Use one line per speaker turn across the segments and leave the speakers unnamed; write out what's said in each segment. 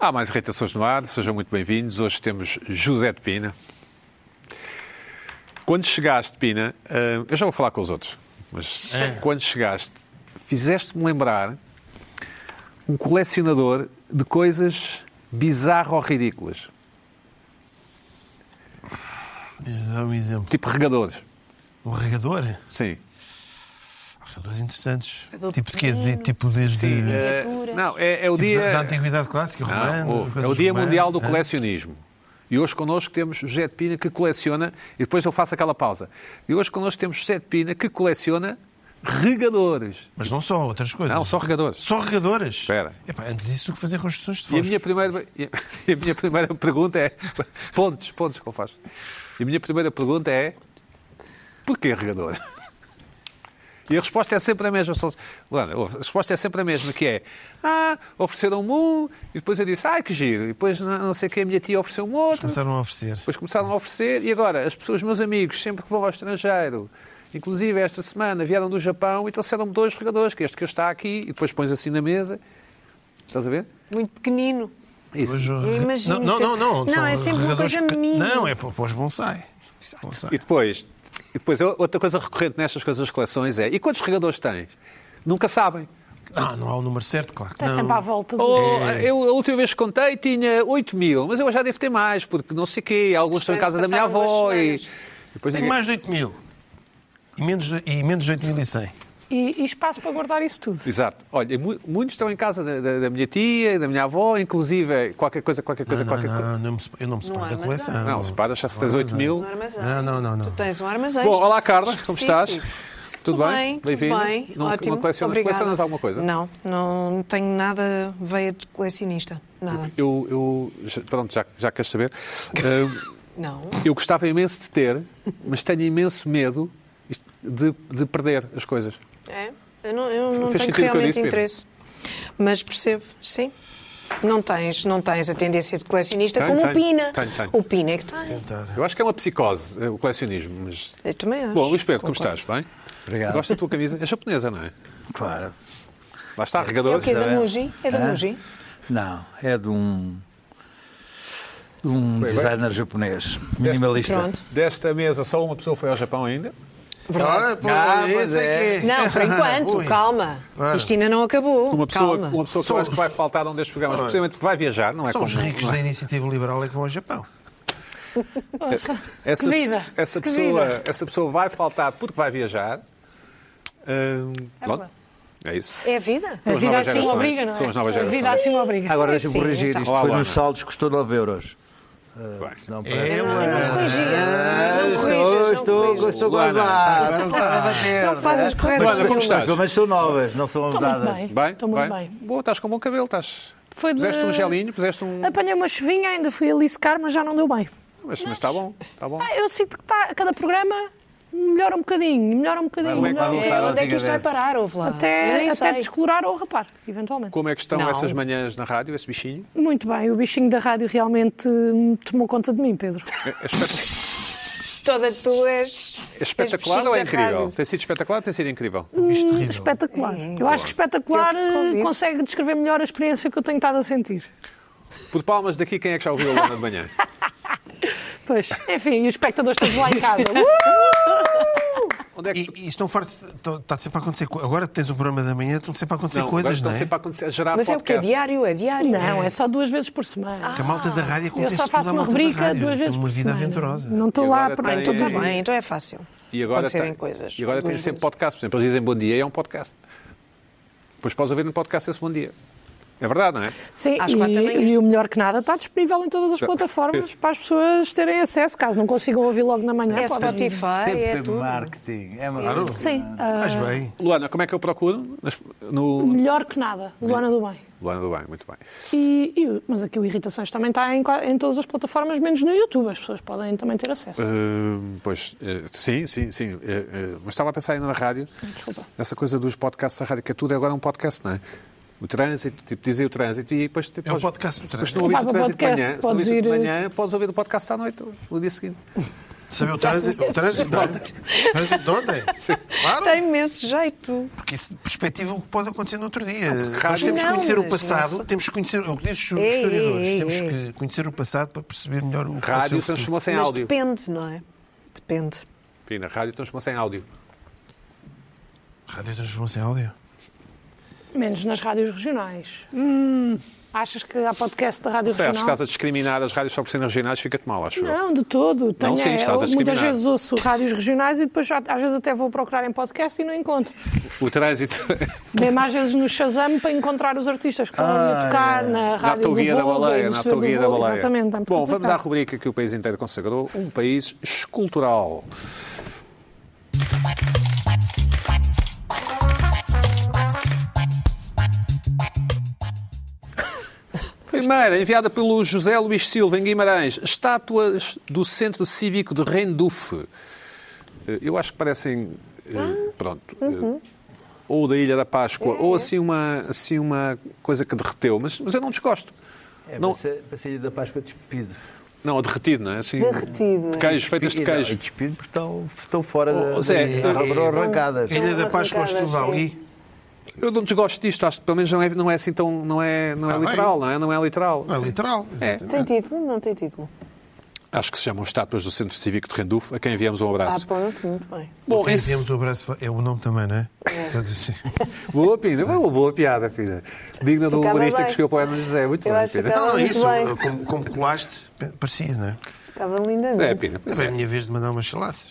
Há mais irritações no ar, sejam muito bem-vindos. Hoje temos José de Pina. Quando chegaste, Pina, ah, eu já vou falar com os outros, mas quando chegaste, fizeste-me lembrar um colecionador de coisas bizarro ou ridículas,
Diz dá um exemplo.
tipo regadores.
Um regador?
Sim.
Regadores interessantes.
Regador
tipo de quê? De-
pequenino.
tipo desde. tipo
Ah,
Miniaturas.
não, é, é o dia.
da- da Antiguidade Clássica,
Não,
romano.
houve.
coisas
É o Dia
romanas,
Mundial do
é?
Colecionismo. E hoje connosco temos José de Pina que coleciona, e depois eu faço aquela pausa. E hoje connosco temos José de Pina que coleciona regadores.
Mas não só, outras coisas.
Não, só regadores.
Só regadores?
Espera.
Epá, antes disso do que fazer construções de
E a
fósforo.
minha primeira, e a- e a minha primeira pergunta é. Pontos, pontos que eu faço. E a minha primeira pergunta é: porquê regador? E a resposta é sempre a mesma. só- Luana, ouve, a resposta é sempre a mesma, que é ah, ofereceram-me um, e depois eu disse, ah, que giro, e depois não não sei o que a minha tia ofereceu-me outro.
Começaram a oferecer.
Depois começaram a oferecer e agora as pessoas, meus amigos, sempre que vão ao estrangeiro, inclusive esta semana vieram do Japão e trouxeram-me dois regadores, que este que está aqui, e depois pões assim na mesa. Estás a ver?
Muito pequenino.
Isso.
Hoje,
Eu imagino
Não, não, não. Não,
sempre-
são
Não, é sempre uma
regadores
coisa
pequen-
mini.
Não, é para para os bonsai. Bonsai.
E depois, e depois, outra coisa recorrente nestas coisas das coleções é, e quantos regadores tens? Nunca sabem.
Não, não há o número certo, claro. que
Está
não.
sempre à volta.
Ou, eu, a última vez que contei tinha 8 mil, mas eu já devo ter mais, porque não sei o quê, alguns estão em casa
Portanto,
da minha
passaram
avó e...
umas semanas.
Depois
Tem
ninguém-
mais de 8 mil. E menos de, e menos de 8.100.
E, e espaço para guardar isso tudo.
Exato. Olha, mu- muitos estão em casa da, da- da minha tia, da minha avó, inclusive eh, qualquer coisa, qualquer coisa,
Não,
qualquer
não,
coisa.
não, não me sepa- eu não me separo
há,
da
mas
coleção.
Não, se paras, já se tens 8 mil.
Um armazém.
Não, não, não, não.
Tu tens um armazém.
Bom, olá
específico.
Carla, como estás? Tudo bem?
Tudo
Bem-vinda.
bem.
Não- não
Ótimo.
colecionas-
Obrigada.
colecionas alguma coisa?
Não, não tenho nada veia de colecionista. Nada.
Eu, eu- já- pronto, já, já queres saber. Ah,
Não.
eu gostava imenso de ter, mas tenho imenso medo isto, de, de perder as coisas.
É? Eu não, eu não
Fez
tenho
sentido o que eu
realmente
disse, Pedro?
interesse. Mas percebo, sim. Não tens, não tens a tendência de colecionista
Tenho,
como
tenho.
o Pina.
Tenho, tenho.
O Pina é que tem.
Tentar.
Eu acho que é uma psicose, eh, o colecionismo. Mas...
Eu também acho.
Bom, Luís Pedro, como
Concordo.
estás? Bem?
Obrigado.
Gosto da tua camisa? É japonesa, não é?
Claro.
Lá está,
É
regador.
o quê? Da
Isabel.
Muji? É da
Hã?
Muji?
Não, é de um, de um designer japonês, minimalista.
Pronto.
Desta mesa, só uma pessoa foi ao Japão ainda.
Ah, pô,
Ah,
esse
pois é.
é que é.
Não, por enquanto,
Ui.
calma.
Claro.
Isto ainda não acabou.
Uma pessoa,
Calma.
uma pessoa que eu
Só-
acho que vai faltar a um destes programas, precisamente porque vai viajar, não é?
São os
comum,
ricos né?
não
da
é?
iniciativa liberal é que vão ao Japão.
Essa,
Que
pe-
vida,
essa
que
pessoa,
vida.
essa pessoa vai faltar porque vai viajar. Hum, pronto. é isso.
É a vida?
A
São as
vida
novas
assim
gerações.
obriga, não é?
São as novas
A vida
gerações.
assim obriga.
Agora deixa-me
sim,
corrigir
então.
isto.
Olá,
Foi
Ana.
nos saldos que custou 9 euros.
Bem.
Não
É,
parece.
ué.
Ah,
Corrija, não corrijas,
Estou,
não
estou,
corrijas.
estou quase lá. Estava a bater.
Não fazes correções.
Luana, como estás?
Mas pelo menos são novas, não são
Estou muito
usadas.
bem.
Bem,
Estou muito bem.
Boa, estás com bom cabelo, estás.
Foi de- Ah,
Puseste um gelinho, puseste um.
Apanhei uma chuvinha, ainda fui ali secar, mas já não deu bem.
Mas, mas está bom, está bom.
Ah, eu sinto que está, a cada programa melhora um bocadinho, melhora um bocadinho.
Vai- vai
melhora um
voltar.
bocadinho.
É, onde é que isto vai parar, ouve lá? Eu
Até,
nem
até
sei.
descolorar ou rapar, eventualmente.
Como é que estão
Não.
essas manhãs na rádio, esse bichinho?
Muito bem, o bichinho da rádio realmente hum, tomou conta de mim, Pedro.
É, é espet-
Toda tu és...
é espetacular
bichinho
ou é
da
incrível?
rádio.
Tem sido espetacular ou tem sido incrível?
Isto terrível.
Espetacular.
É,
eu acho que espetacular
Eu convido.
eh, consegue descrever melhor a experiência que eu tenho estado a sentir.
Por palmas daqui, quem é que já ouviu a Luana de manhã?
Pois, enfim, e os espectadores todos lá em casa. Uh!
Onde é que
E, e estão fartos. de- estão- Está tá sempre a acontecer. co- Agora tens um programa da manhã, estão sempre a acontecer
Não, agora
coisas,
estão
não é?
sempre a acontecer, a gerar
Mas é o quê?
podcast.
Diário? É Ah, diário?
Não, é só duas vezes por semana.
Que a malta da rádio
Ah, eu
acontece
só
tudo
faço
à
uma
malta da
rubrica
rádio.
duas vezes
Tem
por
uma vida
semana.
aventurosa.
Não estou
E
lá
agora
para
tem-
todos os
Está
Sim.
dias.
bem, então é fácil.
E agora
Acontecerem
tem,
coisas.
E agora tem
Duas
sempre
vezes.
podcast. Por exemplo, eles dizem bom dia e é um podcast. Depois podes ouvir no podcast esse bom dia. É verdade, não é?
Sim,
Às quatro da manhã.
e, e o melhor que nada está disponível em todas as
Já.
plataformas para as pessoas terem acesso, caso não consigam ouvir logo na manhã.
É
podem-
Spotify, é
Sempre
tudo.
marketing. É
Claro.
maravilhoso.
Sim, ah,
Mas bem.
Luana, como é que eu procuro? Nas- No...
melhor que nada, Luana do Bem.
Luana do bem, muito bem.
E, e o- mas aqui o Irritações também está em, qua- em todas as plataformas, menos no YouTube. As pessoas podem também ter acesso.
Hum, pois, eh, sim, sim, sim. eh, eh, mas estava a pensar ainda na rádio,
Desculpa.
nessa coisa dos podcasts da rádio, que é tudo agora um podcast, não é? O trânsito, tipo, dizem o trânsito e depois... Tipo,
É o podcast do
Depois
trânsito.
não ouvis
Vai
o
para
trânsito
o
de
podcast,
manhã, se não
podes
ouvis o de
ir-
manhã, podes ouvir o podcast à noite, no dia seguinte.
Saber o trânsito, o trânsito de onde? Trânsito de onde? Claro,
Tem imenso jeito.
porque isso perspectiva o que pode acontecer no outro dia. Nós
raro.
temos que
Não,
conhecer o
mas
passado,
nossa.
temos que conhecer, é o que dizem
Ei,
os historiadores,
ei,
temos
é.
ei.
que conhecer o passado para perceber melhor o que aconteceu
Rádio
no futuro.
transformou-se em
Mas
áudio.
depende, não é? Depende.
Pina, rádio transformou-se em áudio.
Rádio transformou-se em áudio.
Menos nas rádios regionais. Achas que há podcast da rádio
Não Hum. sei, acho que
regional?
estás a discriminar as rádios só por serem regionais, fica-te mal, acho eu.
Não, de todo. Tenho,
sim,
é,
estás a
eu muitas
discriminar.
vezes ouço rádios regionais e depois já- às vezes até vou procurar em podcast e não encontro.
O trânsito.
Mesmo às vezes no Shazam para encontrar os artistas que estão ali a tocar na
Ah, Na
rádio do
autoguia da
Voga e
baleia.
do
Na
Senhor do
autoguia da
Voga.
baleia.
Exatamente. é muito
Bom, vamos à
complicado.
rubrica que o país inteiro consagrou: um país escultural. Primeira, enviada pelo José Luís Silva em Guimarães. Estátuas do Centro Cívico de Rendufe. Eh, Eu acho que parecem. eh,
Ah,
Pronto. eh,
uhum.
Ou da Ilha da Páscoa,
É.
ou assim uma, assim uma coisa que derreteu. Mas, mas eu não desgosto.
É,
Não-
para sa- para sair da Páscoa despido.
Não, derretido, não é? Assim,
Derretido.
De queijo, feitas de
E não, e
queijo.
despido porque estão, estão fora
Oh,
da,
Zé,
da,
eh,
foram arrancadas.
Ilha da
uma
Páscoa,
arrancada,
estou ali.
Eu não desgosto disto, acho que pelo menos não é, não é assim tão. Não é, não é
Ah, bem.
literal, não é? Não é literal.
Não é literal. exatamente.
Tem título? Não tem título.
Ah.
Acho que se chamam estátuas do Centro Cívico de Rendufo, a quem enviamos um
Ah,
abraço.
pronto, muito bem.
Bom,
Quem
esse-
enviamos o abraço é o nome também, não é? Portanto, assim,
Boa, Pina, é uma boa piada, Pina. Digna do
Ficava
humorista
bem.
que escreveu para o Hermano José. Muito
Eu
bem,
acho que
Pina.
ficava-
Não, não,
Muito
isso,
bem.
como, como colaste, parecia, não é?
Ficava linda, não
É,
é?
Pina. pois
Também é a
é.
minha vez de mandar umas chalaças.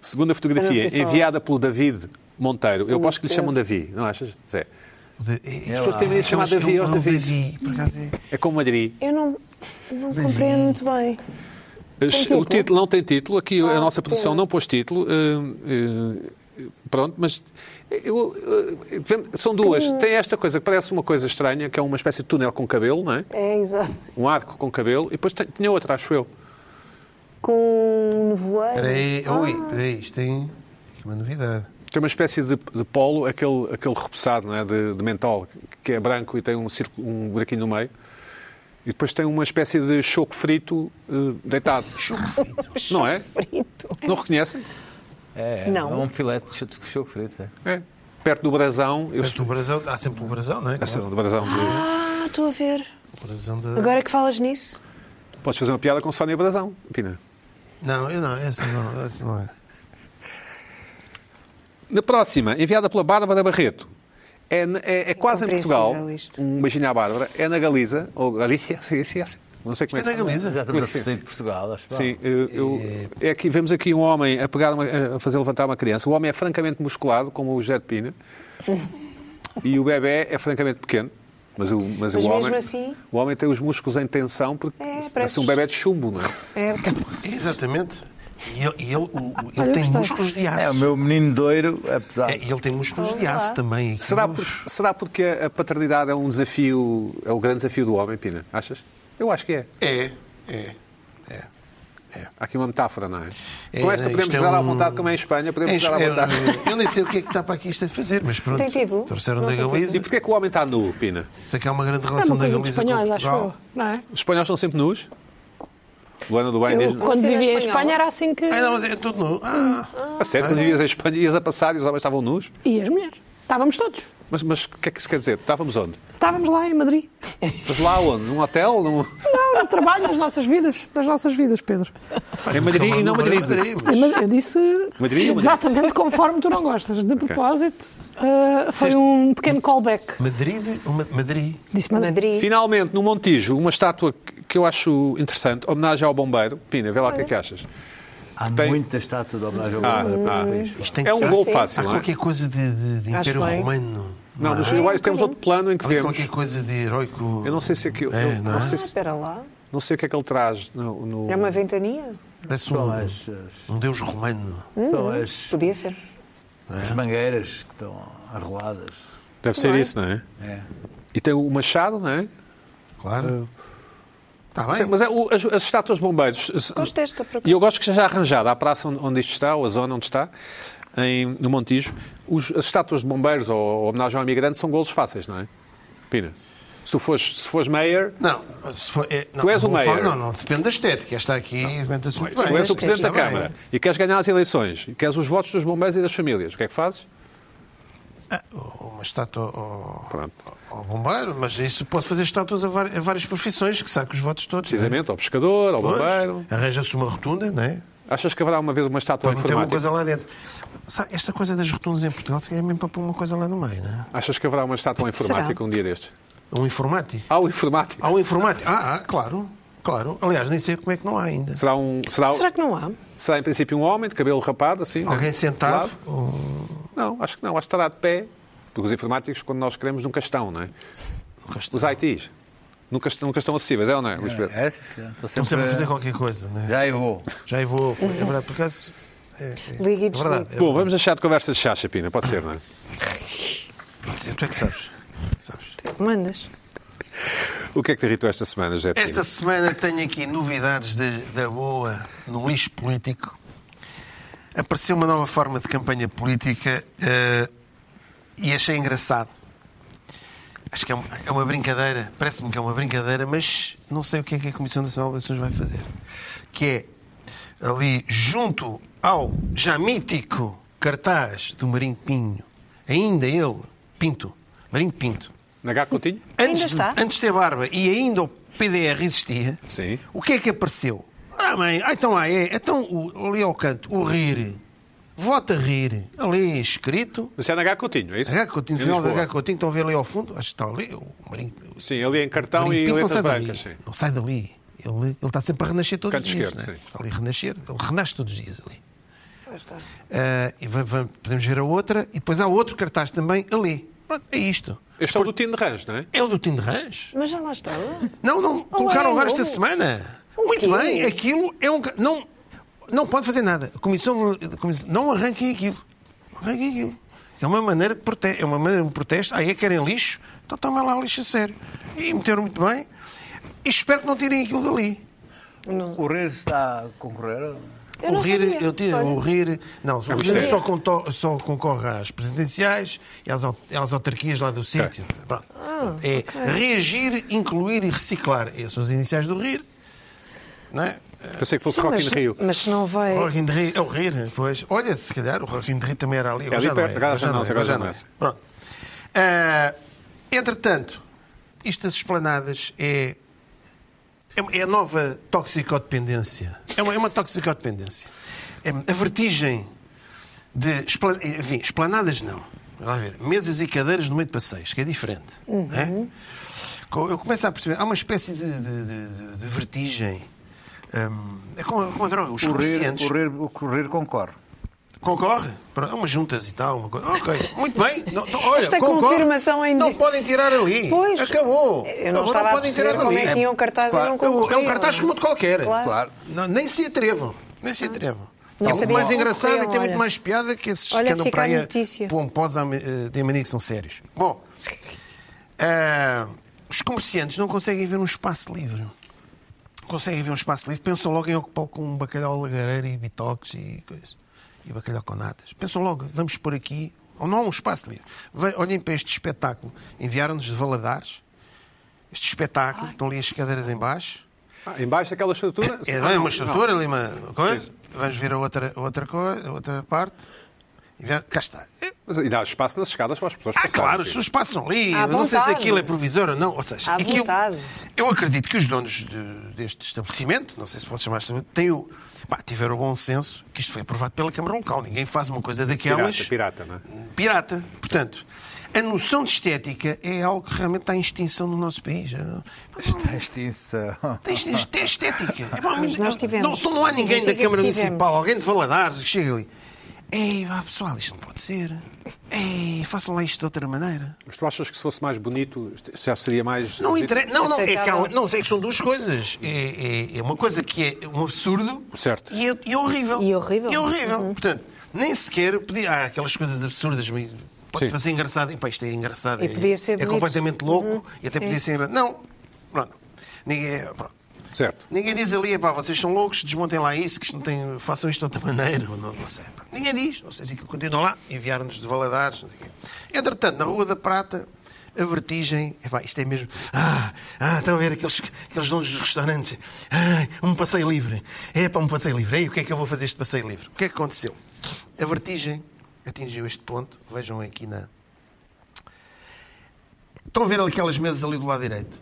Segunda
Eu não
fotografia,
sei só.
enviada pelo David Monteiro. Eu aposto que lhe chamam Davi, não achas? Zé.
As
pessoas têm medo de chamar Davi aos Davids.
Davi, por acaso é.
É como Madrid.
Eu não, não compreendo muito bem.
O
título?
título não tem título, aqui a
Ah,
nossa produção
pena.
não pôs título. hum, hum, pronto, mas eh, eu- eu- vem- são duas. Tem esta coisa que parece uma coisa estranha, que é uma espécie de túnel com cabelo, não é?
É, exato.
Um arco com cabelo, e depois tem- tinha outra, acho eu.
Com um nevoeiro.
Peraí, oi, peraí, isto tem aqui uma novidade.
Tem uma espécie de, de polo, aquele, aquele repousado, não é? De, de mentol, que é branco e tem um, círculo, um buraquinho no meio. E depois tem uma espécie de choco frito eh, deitado. Choco frito? Não é?
Frito.
Não reconhecem?
É, é,
Não.
é um filete de choco- choco frito. É.
É. Perto do brasão. Eu,
Mas do Brasão, há sempre o Brasão, não é?
Essa- do brasão de-
Ah, estou a ver.
O Brasão da...
Agora é que falas nisso,
Podes fazer uma piada com Sónia Brasão, Pina.
Não, eu não, essa não, essa não é.
Na próxima, enviada pela Bárbara Barreto. É, na- é- é quase em
compreensível
Portugal.
isto.
Um beijinho à Bárbara. É na Galiza, ou Galícia, Galícia, não sei como é
É
que
na Galiza.
Já estamos a
Sim.
sair de Portugal, acho.
Sim, eu, eu- é aqui, vemos aqui um homem a, pegar uma- a fazer levantar uma criança. O homem é francamente musculado, como o José de Pina, e o bebê é francamente pequeno. Mas, o, mas, o,
mesmo
homem,
assim-
o homem tem os músculos em tensão porque
É,
parece
parece-
um bebê de chumbo, não é?
é capaz.
Exatamente. E ele, e ele, o- o- ele
Olha, eu
tem
gostei.
músculos de aço.
É, o meu menino doiro, apesar
É,
de
e ele tem músculos de aço também. Aquilo-
Será, por- será porque a a paternidade é um desafio, é o grande desafio do homem, Pina? Achas? Eu acho que é.
É, é.
Há aqui uma metáfora, não é?
É,
Com esta
isto
podemos
é
dar à
um-
vontade, como é em Espanha, podemos
É,
dar à vontade.
eu, eu nem sei o que é que está para aqui isto a fazer, mas pronto.
Tem título?
Trouxeram
Não
da
tem
E
Galiza.
porquê que o homem está nu, Pina?
Sei que há uma grande
É
relação
uma
da
coisa de
Galiza com
espanhóis, acho eu.
Portugal.
Não é?
Os espanhóis estão sempre nus? Luana do Bem diz...
Eu, quando
Cena
vivia em
espanhola.
Espanha era assim que...
Ah, não, mas é tudo nu. Ah,
A sério, quando vivias em Espanha, ias a passar e os homens estavam nus?
E as mulheres. Estávamos todos.
Mas, mas o que é que isso quer dizer? Estávamos onde?
Estávamos lá em Madrid.
Mas lá onde? Num hotel? Num...
Não, no trabalho, nas nossas vidas. Nas nossas vidas, Pedro.
Em Madrid e não
calor
Madrid.
no verão em
Em
Madrid, mas-
Madrid, Eu disse
Madrid,
exatamente conforme tu não gostas. De propósito, ah, foi um pequeno callback.
Madrid, uma- Madrid.
Disse Madrid.
Madrid.
Finalmente, no Montijo, uma estátua que que eu acho interessante, homenagem ao bombeiro. Pina, vê lá o que é que achas.
Há
Tem-
muita estátua de homenagem ao
Ah,
Brasil
ah.
Isto tem
É um
ser-
gol fácil,
Há
não é?
qualquer coisa de, de- de
Acho
Império
bem.
Romano.
Não, é? mas
há?
É,
eu acho que temos outro plano em que
Há
vemos.
qualquer coisa de heroico.
Eu não sei se aquilo.
É,
eu
não
não,
é?
sei
Ah,
se-
espera lá.
não sei o que é que ele traz no. no-
É uma ventania?
Parece
São
um,
as, as-
um deus romano.
são as,
Podia ser.
as mangueiras que estão arroladas.
Deve ser isso, não é?
É.
E tem o machado, não é?
Claro. Está bem.
Sim, É. Mas é o- as, as estátuas de bombeiros. se-
Gosto desta, por acaso.
E eu gosto que seja arranjada à praça onde, onde isto está, ou a zona onde está, em, no Montijo. Os- as estátuas de bombeiros ou, ou homenagem ao imigrante são golos fáceis, não é? Pina. Se tu fores, se fores mayor,
Não, se for, é, não,
Tu és o
vou
mayor.
falar- Não, não, depende da estética. Esta aqui inventa-se muito
se
bem.
tu és
mas
o Presidente da
Está bem.
Câmara e queres ganhar as eleições e queres os votos dos bombeiros e das famílias, o que é que fazes?
Uma estátua ao,
Pronto.
ao bombeiro, mas isso pode fazer estátuas a, vari- a várias profissões, que saca os votos todos.
Precisamente, ao pescador, ao
não é? Pois.
bombeiro.
Arranja-se uma rotunda, não é?
Achas que haverá uma vez uma estátua
Para meter uma
informática?
coisa lá dentro. Sabe, esta coisa das rotundas em Portugal se calhar é mesmo para pôr uma coisa lá no meio, não é?
Achas que haverá uma estátua informática um dia destes?
Um informático.
Há um informático.
Há um informático. Ah, ah, claro. Claro. Aliás, nem sei como é que não há ainda.
Será, um, será,
Será que não há?
será em princípio um homem de cabelo rapado, assim? né?
Alguém sentado.
Claro. Não, acho que não. Acho que estará de pé. Porque os informáticos, quando nós queremos, nunca estão, não é? Os ITs. Nunca, est- nunca estão acessíveis, é ou não é, Luís Pedro?
É, sim, senhor. Estou
Estão sempre a fazer
a-
qualquer coisa, não é?
Já eu vou.
Já eu vou. É verdade, por acaso. É, é,
Liga e
é verdade. É
Bom, vamos deixar de conversa de chá, Chapina. Pode ser, não é?
verdade. Tu é que sabes. sabes.
Mandas.
O que é que te irritou esta semana, José de
Esta
Pina?
semana tenho aqui novidades de- da boa no lixo político. Apareceu uma nova forma de campanha política eh, e achei engraçado. Acho que é, um- é uma brincadeira, parece-me que é uma brincadeira, mas não sei o que é que a Comissão Nacional de Eleições vai fazer. Que é ali junto ao já mítico cartaz do Marinho Pinho, ainda ele, Pinto, Marinho Pinto,
Nagar Coutinho?
Antes,
Ainda está?
De, antes de ter barba e ainda o PDR existia,
Sim.
o que é que apareceu? Ah, mãe, ah, então ah, é. Então o- ali ao canto, o rir. Vota rir. Ali escrito.
Mas é Nagar Coutinho, é isso?
H Coutinho,
Em
final da
Lisboa.
H Coutinho, estão a ver ali ao fundo. Acho que está ali. O Marinho, o
Sim, ali em cartão
Marinho
e
Pinto não
letras
sai dali.
brancas. Sim.
Não sai dali. Ele, ele está sempre a renascer todos
Canto
os dias.
esquerdo,
né?
sim.
Está ali a renascer. Ele renasce todos os dias ali. Ah, e va- va- podemos ver a outra. E depois há outro cartaz também ali. Pronto, é isto.
Este é o do Tino de Rãs, não é?
É o do Tino de Rãs?
Mas já lá estava.
Não, não. colocaram
é
agora
novo.
esta semana.
O
Muito
quê?
bem. Aquilo é um. ca- Não, não pode fazer nada. A comissão, a comissão- Não arranquem aquilo. Não Arranquem aquilo. É uma maneira de protesto. É uma maneira de um protesto. Aí é que querem lixo. Então toma lá lixo a sério. E meteram muito bem. E espero que não tirem aquilo dali.
O Rir está a concorrer.
Eu
o
não
rir,
sabia.
eu tiro,
Olha.
o rir, não, o rir
mistério.
só, conto- só concorre às presidenciais e às, au- às autarquias lá do sítio. Pronto. é reagir, incluir e reciclar. Essas são as iniciais do rir. Não é?
Pensei que fosse
Sim,
Rock in
mas-
Rio.
Mas se não vai.
Rock in the Rio, é o rir, pois. Olha, se calhar o Rock in the Rio também era ali. Agora
ali
já não é,
perto, agora já não,
é,
agora já
é.
não é.
Pronto. Ah, entretanto, isto das esplanadas é, é, é a nova toxicodependência. É uma, é uma toxicodependência. É a vertigem de. espla- Enfim, esplanadas não. Vamos lá ver. Mesas e cadeiras no meio de passeios, que é diferente.
Uhum.
não é? Co- Eu começo a perceber. Há uma espécie de, de- de- de vertigem. Hum, é como a, como a droga. Os
O Rir,
comerciantes-
o Rir, o Rir concorre.
Concorre? Pronto, é umas juntas e tal. Uma coisa. Ok, muito bem. Não, não, olha,
Esta
concorre.
confirmação ainda-
Não podem tirar ali.
Pois.
Acabou.
Eu não
Acabou,
estava a
podem tirar
perceber como
dali.
é que tinham cartaz e não
Acabou. É um
concorriam.
cartaz como de qualquer.
Claro.
Não, nem se atrevam. Nem se atrevam.
Não
é
Ah. sabia
muito mais
que
engraçado e
concorriam,
tem muito
olha.
mais piada que esses
Olha,
que andam
fica
para
a
aí a-
notícia.
pomposos à me- eh, de mania que são sérios. Bom, ah, os comerciantes não conseguem ver um espaço livre. Conseguem ver um espaço livre, pensam logo em ocupá-lo com um bacalhau lagareiro e bitoques e coisa. E bacalhau com natas. Pensam logo, vamos por aqui, ou não há um espaço livre. Ve- Olhem para este espetáculo. Enviaram-nos de Valadares. Este espetáculo, estão ali as cadeiras em baixo.
Ah, embaixo daquela estrutura?
É,
Ah,
não é
não,
uma estrutura, ali uma coisa. Vamos ver a outra, a outra, coisa, a outra parte. E ver- Cá está. É,
não. Mas ainda há espaço nas escadas para as pessoas
Ah,
passarem.
claro, as
tipo.
pessoas passam ali.
À
Eu não sei se
vontade.
aquilo é provisório ou não. Ou seja,
À
aquilo-
vontade.
eu acredito que os donos de- deste estabelecimento, não sei se posso chamar estabelecimento, têm o, pá, tiveram o bom senso que isto foi aprovado pela Câmara Local. Ninguém faz uma coisa daquelas.
Pirata, pirata, não é?
Pirata. Portanto, a noção de estética é algo que realmente está em extinção no nosso país. já não-
Está É extinção.
Tem, tem estética. É, pá,
Mas nós tivemos.
Não, então não há ninguém da
Significa que
Câmara
tivemos.
Municipal, alguém de Valadares que chega ali. Ei, pá, pessoal, isto não pode ser. Ei, façam lá isto de outra maneira.
Mas tu achas que se fosse mais bonito, este- já seria mais.
Não interessa. Não, não, é que há-
Aceitável.
não sei, são duas coisas. É, é- é uma coisa que é um absurdo
Certo.
E, é, e é horrível.
E horrível. Uhum.
E é horrível. Portanto, nem sequer pedir. Há aquelas coisas absurdas, mas
Sim.
pode parecer engraçado. E pá, isto é engraçado.
E
é,
podia ser
é
bonito. Uhum.
completamente louco e até podia ser engraçado. Não, pronto. Ninguém, é, pronto.
Certo.
Ninguém diz ali, pá, vocês são loucos, desmontem lá isso, que isto não tem, façam isto de outra maneira, ou não, não sei. pá. Ninguém diz, não sei se aquilo continua lá, enviaram-nos de Valadares, não sei o quê. Entretanto, na Rua da Prata, a vertigem. Epá, isto é mesmo. Ah, ah, estão a ver aqueles, aqueles donos dos restaurantes. Ah, um passeio livre. É para um passeio livre. Ei, o que é que eu vou fazer este passeio livre? O que é que aconteceu? A vertigem atingiu este ponto. Vejam aqui na. Estão a ver aquelas mesas ali do lado direito?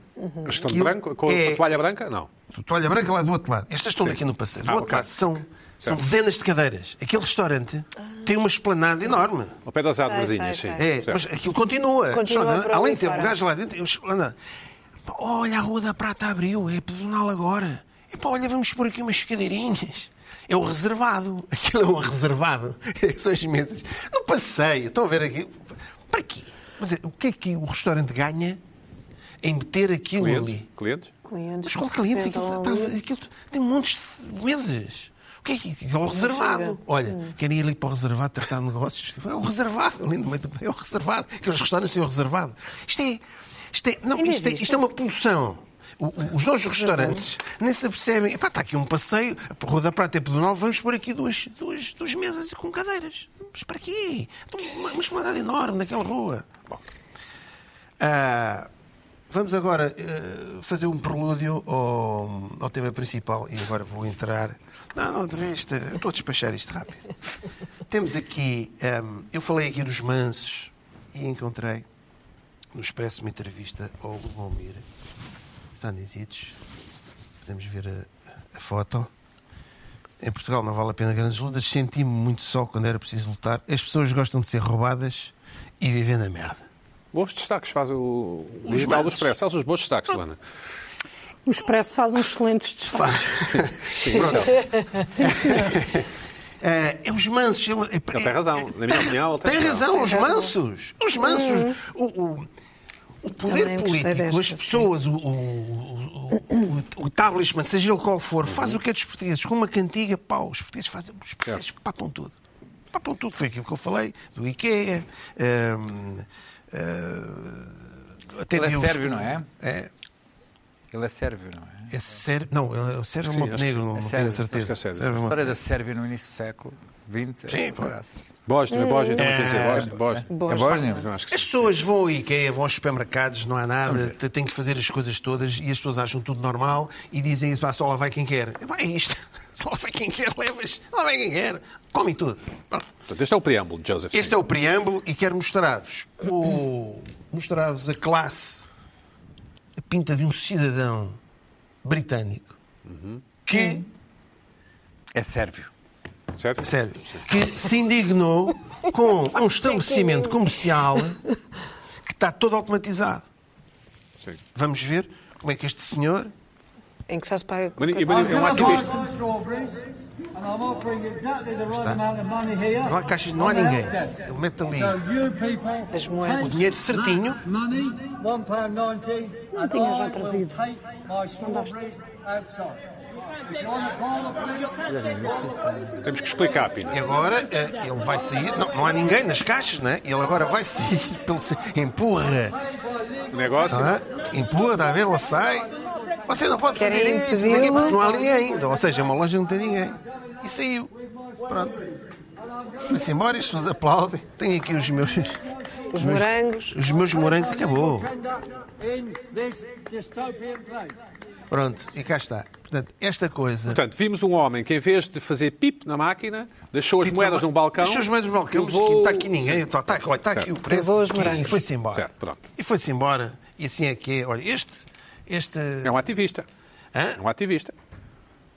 Estão
Aquilo
branco? Com
é-
a toalha branca? Não.
Tu- Toalha branca lá do outro lado. Estas estão aqui no passeio. Do
Ah,
outro
ok.
lado são, são dezenas de cadeiras. Aquele restaurante tem uma esplanada enorme.
Ao pé das árvorezinhas,
sei,
sim.
sei.
É, mas aquilo continua.
Continua
Só, não é?
por ali
Além de ter
fora.
lugares lá dentro, eles- lá não. Pá, olha, a Rua da Prata abriu, é pedonal agora. E pá, olha, vamos pôr aqui umas cadeirinhas. É o reservado. Aquilo é o reservado. São as mesas. No passeio, estão a ver aqui. Para quê? Mas é, o que é que o restaurante ganha em meter aquilo ali?
Clientes? Clientes?
Clientes
Mas qual
que
cliente?
sentam
Aquilo,
ali.
tá- aquilo tem montes de mesas. O que é que é? o reservado.
Hum.
Olha, querem ir ali para o reservado tratar de negócios? É o reservado, ali no meio do- É o reservado. Que os restaurantes têm o reservado. Isto é, isto é, não,
Ainda
isto é,
existe? Uhum.
isto é uma pulsão. O- o- Os donos dos restaurantes nem se apercebem. Epá, está aqui um passeio, a Rua da Prata e Pedonal, vamos pôr aqui duas, duas, duas mesas com cadeiras. Mas para quê? Uma uma esplanada enorme naquela rua. Bom, ah, vamos agora eh, fazer um prelúdio ao, ao tema principal e agora vou entrar. Não, de resto, eu estou a despachar isto rápido. Temos aqui, ehm, eu falei aqui dos mansos e encontrei no Expresso uma entrevista ao Lubomir Stanisic. Podemos ver a, a foto. Em Portugal não vale a pena grandes lutas. Senti-me muito só quando era preciso lutar. As pessoas gostam de ser roubadas e viver na merda.
Bons destaques faz o o digital do
mansos.
Expresso. Faz os bons destaques, Luana.
O Expresso faz um uns excelentes destaques.
Sim, então.
Sim, senhor.
É, é os mansos. Ele, é-
Ele tem razão. Na minha
tem-
opinião, ele tem
tem
razão.
razão. Uhum. os mansos. Os mansos. O, o- o
Também
poder
gostei
político, as
desta,
pessoas, o, o, o, o establishment, seja ele qual for, faz o que é dos portugueses. Com uma cantiga, pau. Os portugueses fazem. Os portugueses papam tudo. Papam tudo. Foi aquilo que eu falei do IKEA. hum, ah, até
Ele é
de os-
sérvio, não é?
É,
Ele é sérvio, não é?
é sério. Não, é o Sérgio
Sim, acho
Montenegro, não,
que é
tenho a
sérvio.
Acho que
certeza.
é sérvio.
A
Sérgio
história
Montenegro.
da Sérvia no início do século XX.
Sim,
é
pô.
caraças.
Bósnia, Bósnia, também quer dizer Bósnia. Bósnia.
É Bósnia?
Eu acho que
As
sim.
pessoas vão ao IKEA, vão aos supermercados, não há nada, te- têm que fazer as coisas todas e as pessoas acham tudo normal e dizem isso, "Pá, só lá vai quem quer. E, pá, É isto, só lá vai quem quer, levas, lá vai quem quer, comem tudo. Pronto.
Portanto, este é o preâmbulo de Joseph.
Este é o preâmbulo e quero mostrar-vos o- mostrar-vos a classe, a pinta de um cidadão britânico que,
É sérvio.
Certo?
sério, que se indignou com um estabelecimento comercial que está todo automatizado.
Sim.
Vamos ver como é que este senhor.
Em que só se paga.
Mani- e mani- É um ativista.
I'm strawberries, and I'm offering exactly the right amount of money here.
Não há caixas, não há
on the
ninguém.
outset.
Ele mete ali.
So you people
As moedas.
take
O dinheiro certinho.
that Money, £1.90.
Não tinhas já trazido.
Temos que explicar, Pina.
E agora eh, ele vai sair. Não, não há ninguém nas caixas, né? Ele agora vai sair. Pelo... ce- Empurra.
O negócio.
Hã? Empurra, está a ver? Ele sai. Você não pode fazer
Querem
isso, isso aqui,
impedi-lo?
porque não há ninguém ainda. Ou seja, é uma loja não tem ninguém. E saiu. Pronto. Foi-se embora, as pessoas aplaudem. Tenho aqui os meus,
Os morangos.
os meus morangos. Acabou. Pronto, e cá está. Portanto, esta coisa.
Portanto, vimos um homem que, em vez de fazer pip na máquina, deixou as moedas num balcão.
As suas moedas no balcão, mas
levou-
aqui, está aqui ninguém, está, está, aqui, olha, está aqui o preço.
Levou as
15,
morangos.
E foi-se embora.
Certo, pronto.
E foi-se embora. E assim é que é. Olha, este. Este.
É um ativista.
Hã?
É um ativista.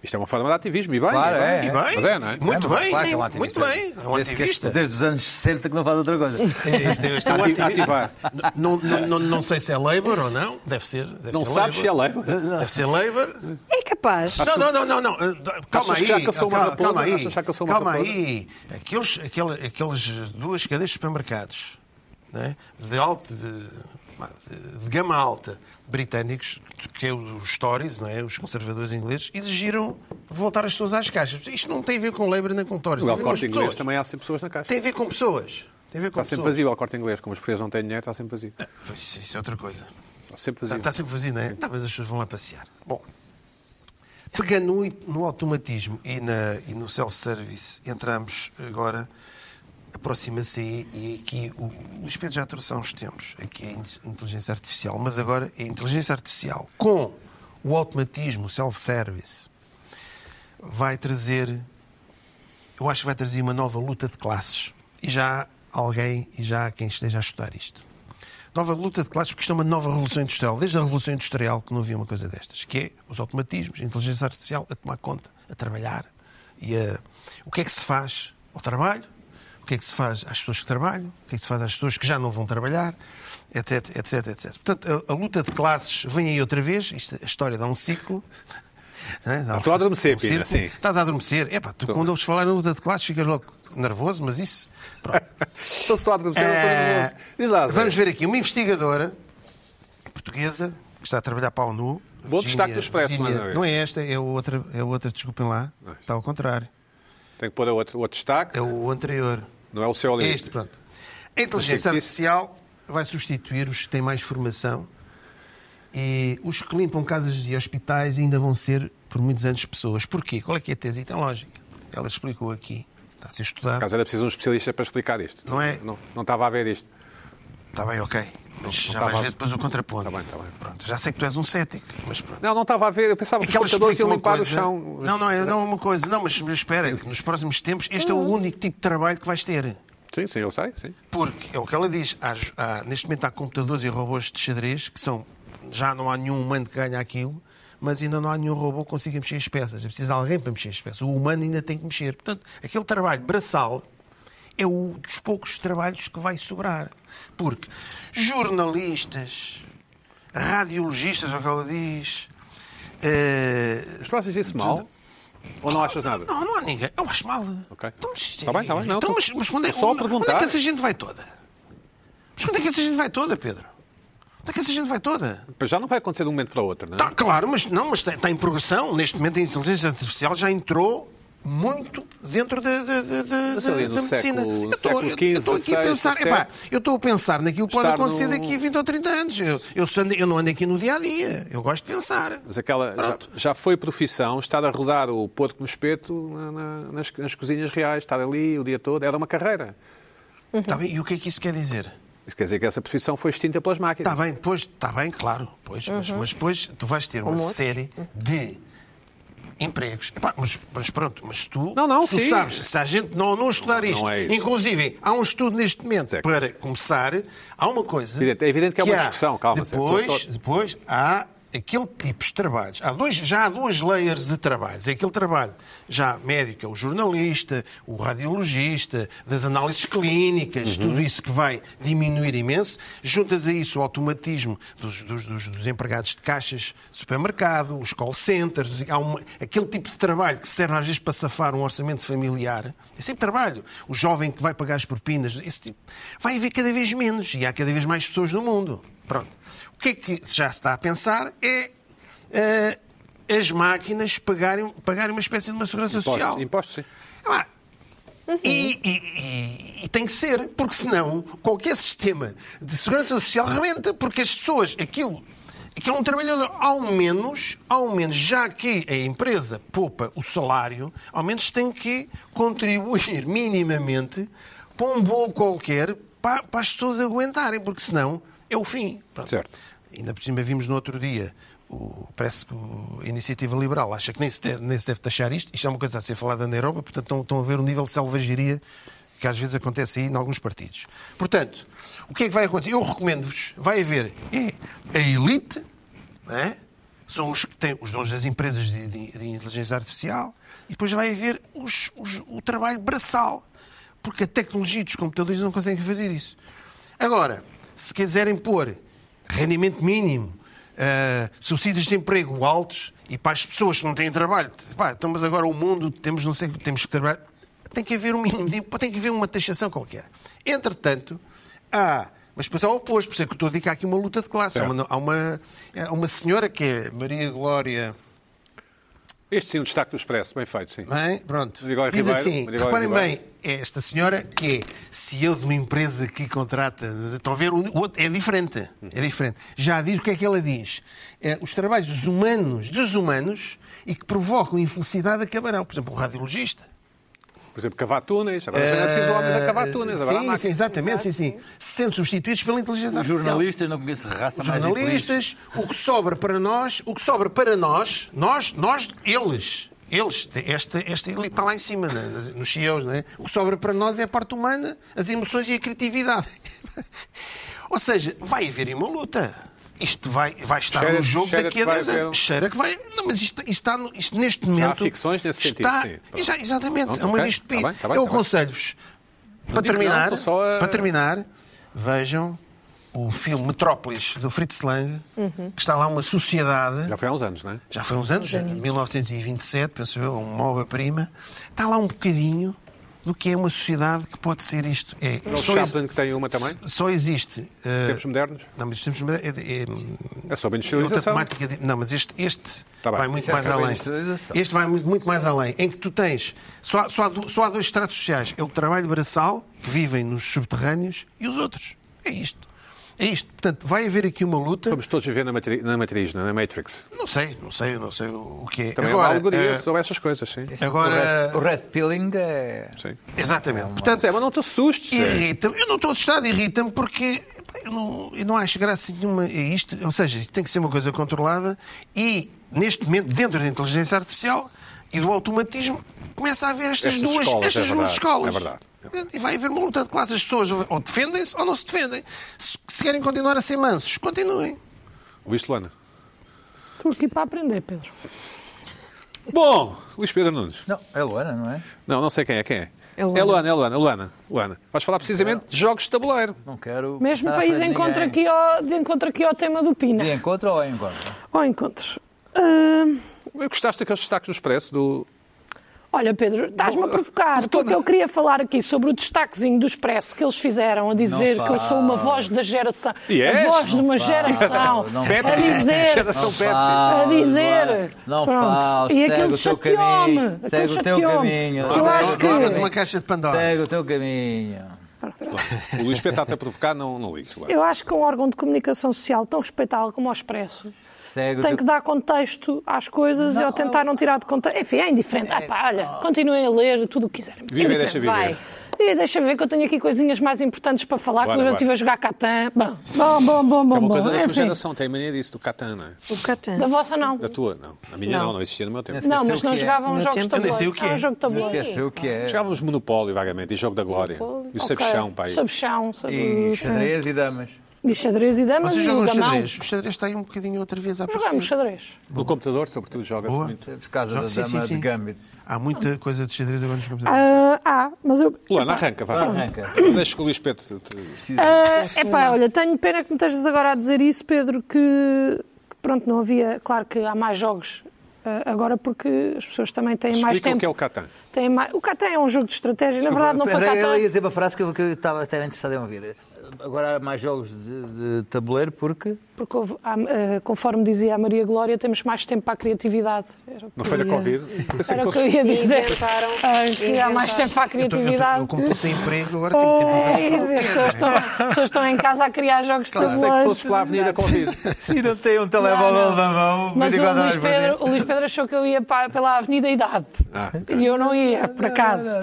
Isto é uma forma de ativismo, e bem.
Claro,
e bem.
é.
E bem,
Mas é, não é?
Muito
É, mas
bem,
claro que é um
muito
ativista.
bem. É um
Desde que-
ativista.
Desde os anos 60 que não faz outra coisa.
Este, este é um
Ati-
ativista.
ativar.
Não, não, não, não sei se é Labour ou não. Deve ser. Deve
Não
ser
sabes se é Labour.
Deve ser Labour.
É capaz.
Não, não, não, não, não. Uh,
Achas
Calma aí.
que já caçou uma
calma,
raposa?
calma aí.
Achas que já caçou uma
calma
raposa?
aí. Aqueles, aquele, aqueles duas cadeias de supermercados né? de, alto, de, de- de gama alta britânicos, que é os Tories, não é? os conservadores ingleses, exigiram voltar as pessoas às caixas. Isto não tem a ver com Labour nem com Tories.
O
Tem a ver com as
corte inglês
pessoas.
também há sempre pessoas na caixa.
Tem a ver com pessoas. Tem a ver com
Está sempre
pessoas.
vazio o corte inglês. Como os portugueses não têm dinheiro, está sempre vazio.
Pois, isso é outra coisa.
Está sempre
Está,
vazio.
está sempre vazio, não é? Tá, mas as pessoas vão lá passear. Bom, pegando no, no automatismo e, na- e no self-service, entramos agora aproxima-se aí, e aqui o o Luís Pedro já trouxe há uns tempos aqui a in- inteligência artificial, mas agora é a inteligência artificial com o automatismo, o self-service, vai trazer, eu acho que vai trazer uma nova luta de classes. E já há alguém, e já há quem esteja a estudar isto. Nova luta de classes, porque isto é uma nova revolução industrial. Desde a revolução industrial que não havia uma coisa destas, que é os automatismos, a inteligência artificial a tomar conta, a trabalhar. E a... o que é que se faz ao trabalho? O que é que se faz às pessoas que trabalham? O que é que se faz às pessoas que já não vão trabalhar? Etc, etc, etc. Portanto, a, a luta de classes vem aí outra vez. Isto- a história dá um ciclo. não é? Dá um-
Estou a adormecer,
um círculo.
Pina, sim.
Estás a adormecer. Epá, tu, quando eles falarem na luta de classes, ficas logo nervoso, mas isso. Pronto.
Estou se lado de começar,
Eh,
não estou nervoso. Diz lá, Zé.
Vamos ver aqui. Uma investigadora portuguesa que está a trabalhar para a ONU.
Bom destaque do Expresso, mais uma vez.
Não é esta, é outra, é outra, desculpem lá. Está ao contrário.
Tem que pôr outro, outro destaque,
É o anterior.
não é o seu
É
limite.
este, pronto. A inteligência
Mas é que
artificial vai substituir os que têm mais formação e os que limpam casas e hospitais ainda vão ser, por muitos anos, pessoas. Porquê? Qual é que é a tese lógica? Ela explicou aqui. Está a ser estudado.
Caso era preciso um especialista para explicar isto.
Não é?
Não, não estava a ver isto.
Está bem, ok. Mas já
tá
vais
bom.
ver depois o contraponto.
Tá bem, tá bem.
Pronto, já sei que tu és um cético, mas pronto. É
Não, não estava a ver. Eu pensava que os
ela
computadores
explica
iam
uma
limpar
coisa-
o chão.
Não, não, é não é uma coisa. Não, mas mas espera, que nos próximos tempos este é o
Hum.
único tipo de trabalho que vais ter.
Sim, sim, eu sei. Sim.
Porque é o que ela diz. há jo- há- neste momento há computadores e robôs de xadrez que são. Já não há nenhum humano que ganhe aquilo, mas ainda não há nenhum robô que consiga mexer as peças. É preciso alguém para mexer as peças. O humano ainda tem que mexer. Portanto, aquele trabalho braçal é um dos poucos trabalhos que vai sobrar. Porque jornalistas, radiologistas, é o que ela diz. eh,
Mas tu achas isso mal? Ou não achas nada?
não, não há ninguém. Eu acho mal.
Ok.
Então, mas,
Tá bem, tá bem, não,
então,
tô-
mas, mas quando é,
só a
onde, onde é
perguntar.
que essa gente vai toda? Mas quando é que essa gente vai toda, Pedro? Onde é que essa gente vai toda?
Mas já não vai acontecer de um momento para o outro, não é?
Tá, claro, mas não, mas está, está em progressão. Neste momento a inteligência artificial já entrou muito dentro da, da, da, da,
Mas é ali
da-
no
da medicina.
século-
eu estou-
século
eu- eu estou aqui a
XVI,
pensar, epá,
XVII,
eu estou a pensar naquilo que pode
estar
acontecer
no-
daqui a 20 ou 30 anos. Eu, eu, só ando- eu não ando aqui no dia a dia. Eu gosto de pensar.
Mas aquela já,
Pronto.
já foi profissão estar a rodar o porco no espeto na- na- nas, nas cozinhas reais, estar ali o dia todo, era uma carreira. Uhum.
Tá bem, e o que é que isso quer dizer?
Isso quer dizer que essa profissão foi extinta pelas máquinas.
Está Tá bem, depois, está bem, claro. Pois, mas, mas depois tu vais ter uma série de empregos. Epá, mas, mas pronto, mas tu,
Não, não,
tu
sim.
sabes, se a gente não, não estudar isto,
é isso.
inclusive há um estudo neste momento
Zeca.
para começar, há uma coisa.
Evidente- é evidente que é uma
há
discussão, calma, Zeca,
Depois,
estou só-
depois há aquele tipo de trabalhos. Há dois, já há duas layers de trabalhos. É aquele trabalho já médico, é o jornalista, o radiologista, das análises clínicas, tudo isso que vai diminuir imenso. Juntas a isso o automatismo dos, dos- dos- dos empregados de caixas de supermercado, os call centers, há uma- aquele tipo de trabalho que serve às vezes para safar um orçamento familiar. É sempre trabalho. O jovem que vai pagar as propinas, esse tipo, vai haver cada vez menos e há cada vez mais pessoas no mundo. Pronto. O que é que se já se está a pensar é eh, as máquinas pagarem, pagarem uma espécie de uma segurança social.
Impostos, impostos, sim.
Ah, e, e- e- e tem que ser, porque senão qualquer sistema de segurança social rebenta, porque as pessoas, aquilo, aquilo é um trabalhador, ao menos, ao menos, já que a empresa poupa o salário, ao menos tem que contribuir minimamente com um bolo qualquer para, para as pessoas aguentarem, porque senão é o fim. Pronto.
Certo.
Ainda por cima vimos no outro dia, o, parece que o- a Iniciativa Liberal acha que nem se, deve, nem se deve taxar isto. Isto é uma coisa a ser falada na Europa, portanto estão, estão a ver o nível de selvageria que às vezes acontece aí em alguns partidos. Portanto, o que é que vai acontecer? Eu recomendo-vos, vai haver é, a elite, não é? são os que têm os donos das empresas de, de- de inteligência artificial, e depois vai haver os- os- o trabalho braçal, porque a tecnologia dos computadores não consegue fazer isso. Agora, se quiserem pôr rendimento mínimo, eh, subsídios de emprego altos e para as pessoas que não têm trabalho, pá, então, mas agora o mundo temos não sei o que temos que trabalhar, tem que haver um mínimo, de- tem que haver uma taxação qualquer. Entretanto, há, Ah, mas depois há o oposto, por isso é que eu estou a dedicar aqui uma luta de classe. Há uma, há uma, há uma senhora que é Maria Glória.
Este sim, o destaque do Expresso, bem feito, sim.
Bem, é? pronto.
Marigold
Diz
Ribeiro,
assim,
Marigold
reparem
Ribeiro.
bem, é esta senhora que é CEO de uma empresa que contrata. Estão a ver? O outro é diferente. É diferente. Já diz o que é que ela diz. É, os trabalhos dos humanos, dos humanos, e que provocam infelicidade acabarão. Por exemplo, o radiologista.
Por exemplo, cavar túneis. Agora já não é preciso homens a cavar túneis. Agora há
Eh, Sim, sim,
máquinas.
exatamente, sim, sim. Sendo substituídos pela inteligência
Os
artificial.
jornalistas não conheço raça
Os
mais inteligente.
jornalistas, o que sobra para nós, o que sobra para nós, nós, nós, eles, eles, esta, esta elite está lá em cima, né, nas- nos CEOs, né? o que sobra para nós é a parte humana, as emoções e a criatividade. Ou seja, vai haver uma luta. Isto vai, vai estar
Cheira-
no jogo
cheira
daqui
que
a
vai
10
haver
anos.
um-
Cheira que vai. Não, mas isto, isto está no- isto neste momento.
ficções nesse sentido,
está,
sim. Pronto.
exa- Exatamente.
Pronto,
é uma
ok.
distopia.
Está bem, está bem,
Eu
está bem.
aconselho-vos, para
digo que não,
terminar,
estou só a-
para terminar, vejam o filme Metrópolis, do Fritz Lang, que está lá uma sociedade,
Já foi há uns anos, não é?
já foi há uns anos, 1927, penso eu, uma obra-prima, está lá um bocadinho do que é uma sociedade que pode ser isto. É,
O
só, exi-
Chaplin que tem uma também.
só existe... eh,
Tempos modernos.
Não, mas temos... É, é,
É sobre a
é outra
industrialização.
temática... de- não, mas este, este
Tá bem.
vai muito
é
mais
sobre a
além.
industrialização.
Este vai muito, muito mais além, em que tu tens só, há- só, há, du- só há dois estratos sociais: é o trabalho braçal, que vivem nos subterrâneos, e os outros. É isto. É isto. Portanto, vai haver aqui uma luta.
Vamos todos viver na matri- na matriz, é? na na Matrix.
Não sei, não sei, não sei o o que é.
Também é uma
agora,
alegoria
eh,
sobre essas coisas, sim.
agora,
O red, o red pilling é.
Sim.
exatamente.
Portanto,
Portanto,
Zé, mas não te assustes. Zé.
É.
irrita-me. Eu não estou assustado, irrita-me porque pá, eu não, eu não acho graça nenhuma a isto. Ou seja, isto tem que ser uma coisa controlada e, neste momento, dentro da inteligência artificial e do automatismo, começa a haver estas
Estas
duas
escolas,
estas
é
duas
verdade,
escolas.
é verdade.
E vai haver uma luta de classes. As pessoas ou defendem-se ou não se defendem. Se, se querem continuar a ser mansos, continuem.
Ouviste, Luana?
Estou aqui para aprender, Pedro.
Bom, Luís Pedro Nunes.
Não, é Luana, não é?
Não, não sei quem é, quem é.
É Luana.
É Luana, é Luana, Luana. Luana. Vais falar precisamente de jogos de tabuleiro.
Não quero.
Mesmo
estar à
para ir
frente
de
de
encontro,
ninguém.
aqui ao, de encontro aqui ao tema do Pina.
De encontro ou em encontro?
Ou encontros. Hum,
Eu gostaste daqueles destaques no Expresso do...
olha, Pedro, estás-me a provocar, porque eu queria falar aqui sobre o destaquezinho do Expresso que eles fizeram a dizer
Não
que eu sou uma
fala.
voz da geração.
E és?
A voz de
Não
uma
fala.
geração.
Não
a
fala.
dizer.
Geração Pepsi.
fala,
A dizer.
Luana, Não
Pronto.
fales,
e
segue
aquele
o teu
chateou-me.
caminho.
Aquele
Segue o teu
chateou-me.
caminho.
Que eu acho que.
Abres uma caixa de Pandora.
Segue o teu caminho.
O Luís Pedro está-te a provocar, não, não ligues. Luana.
Eu acho que um órgão de comunicação social tão respeitável como o Expresso
Segue o
tem
teu-
que dar contexto às coisas e ao tentar não tirar de contexto. Enfim, é indiferente. Ah, pá, olha, continuem a ler tudo o que quiserem. É
Viva e
Indiferente.
deixa
vai.
viver.
E deixa ver que eu tenho aqui coisinhas mais importantes para falar,
Bora,
que eu
bora.
estive a jogar Catan. Bom, bom, bom, bom, bom.
É uma
bom.
coisa da tua
Enfim,
geração, tem mania disso, do Catan, não é?
O Catan.
da vossa não.
Da tua, não. A minha
Não.
não, não existia no meu tempo.
Não.
Não, mas
sei o
não
que é.
jogavam
No
jogos de
tempo- Eu
nem
tabuleiro.
sei o que
Ah,
é.
jogo de tabuleiro.
Esqueceu o que é.
Chegávamos Monopólio, vagamente, e Jogo da Glória. E o Sabichão, pai.
Sabichão, sabe-
E xadrez e damas.
E xadrez e damas
Vocês
e o
jogam
gamão.
xadrez? O xadrez está aí um bocadinho outra vez a
Jogamos
aparecer.
xadrez.
No computador, sobretudo, joga-se
Boa.
muito.
Por causa da
Joga- sim,
dama
sim,
de
sim.
gambit.
Há muita coisa de xadrez agora nos computadores.
Ah, ah, mas eu.
Luana, arranca, vá.
Arranca.
Deixa que o Luís Pedro te- te-
Ah, epá, olha, tenho pena que me estejas agora a dizer isso, Pedro, que, que pronto, não havia. Claro que há mais jogos ah, agora porque as pessoas também têm mais
explica
tempo.
o que é o Catan.
Têm mais... O Catan é um jogo de estratégia, na verdade não foi
Espera, Eu ia
Catan.
dizer uma frase que eu, que eu estava até interessado em ouvir. Agora há mais jogos de, de tabuleiro porque.
Porque houve- há, ah, conforme dizia a Maria Glória, temos mais tempo para a criatividade. Era o que
Não foi
eu
da
ia-
Covid. Pensei
É.
que
Era o que eu
fosse...
ia dizer.
Inventaram-
Ah, que há
inventaram.
mais tempo para a
Eu tô- eu tô-
criatividade. É,
eu como estou sem emprego, agora tenho que tentar fazer tudo o que
As pessoas
quero,
estão, as pessoas estão em casa a criar jogos de
Pensei que
tabuleiro.
fosse para a Avenida Covid.
Se não tem um
Não,
telemóvel
não.
na mão,
Mas o
24 horas
Luís,
por dia.
Pedro, o Luís Pedro achou que eu ia pa- pela Avenida Idade.
Ah,
E eu não ia, por acaso.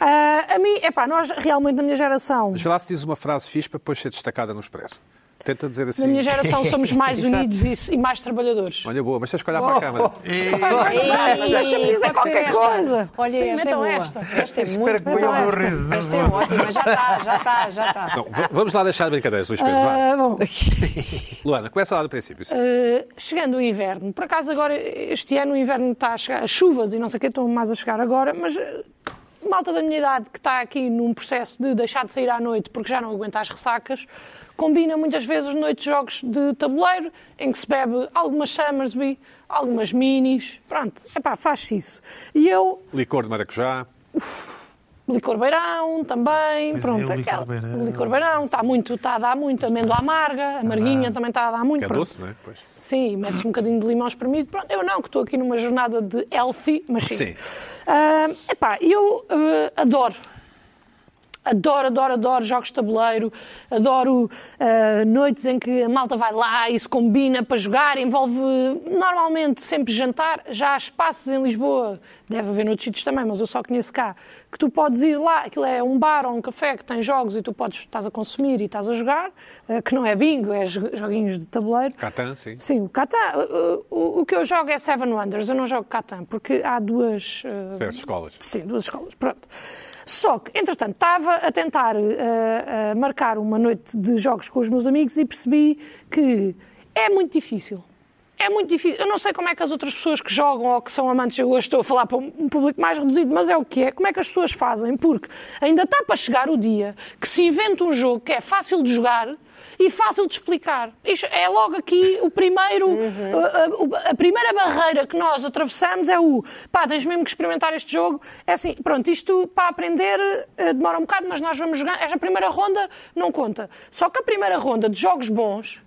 Ah, a mim, é pá, nós realmente na minha geração,
Mas vê lá se diz uma frase fixe para depois ser destacada no Expresso. Tenta dizer assim.
na minha geração somos mais unidos e, e mais trabalhadores.
Olha, boa, mas tens que olhar
Oh.
para a câmara.
Mas deixa-me dizer
Pode ser
qualquer
esta.
coisa.
Olha,
Sim,
esta, é
metam
boa.
esta.
Esta é muito
Espero que
boa.
ponham o meu
Esta-
riso, não
Esta é ótima, já está, já está, já tá. está.
Não, v- vamos lá deixar brincadeiras, Luís Pedro. Vá.
Ah, bom,
Luana, começa lá do princípio. sim.
ah, chegando o inverno, por acaso agora este ano o inverno está a chegar, as chuvas e não sei o que estão mais a chegar agora, mas ah, malta da minha idade que está aqui num processo de deixar de sair à noite porque já não aguenta as ressacas, combina muitas vezes noites de jogos de tabuleiro em que se bebe algumas Summersby, algumas minis, pronto, epá, faz-se isso. E eu,
Licor de maracujá.
licor beirão também,
Pois é,
pronto,
o licor
aquela-
beirão. é.
o licor beirão, está muito, está a dar muito, amêndoa amarga, amarguinha também está a dar muito.
Que é
pronto.
doce, não é? Pois.
Sim, e metes um bocadinho de limão espremido. Pronto, eu não, que estou aqui numa jornada de healthy, mas
Sim.
sim. Ah, epá, eu ah, adoro. eh, Adoro, adoro, adoro jogos de tabuleiro, adoro ah, noites em que a malta vai lá e se combina para jogar, envolve normalmente sempre jantar. Já há espaços em Lisboa, deve haver noutros sítios também, mas eu só conheço cá, que tu podes ir lá, aquilo é um bar ou um café que tem jogos e tu podes, estás a consumir e estás a jogar, ah, que não é bingo, é jo- joguinhos de tabuleiro.
Catan, sim.
Sim, o Catan. uh, uh, O, o que eu jogo é Seven Wonders, eu não jogo Catan, porque há duas. uh,
Certas escolas.
Sim, duas escolas, pronto. Só que, entretanto, estava a tentar uh, uh, marcar uma noite de jogos com os meus amigos e percebi que é muito difícil. É muito difícil. Eu não sei como é que as outras pessoas que jogam ou que são amantes, eu hoje estou a falar para um um público mais reduzido, mas é o que é. Como é que as pessoas fazem? Porque ainda está para chegar o dia que se inventa um jogo que é fácil de jogar e fácil de explicar. Isto é logo aqui o primeiro, uh, a- a, a primeira barreira que nós atravessamos é o pá, tens mesmo que experimentar este jogo. É assim, pronto, isto para aprender eh, demora um bocado, mas nós vamos jogar. Esta primeira ronda não conta. Só que a primeira ronda de jogos bons.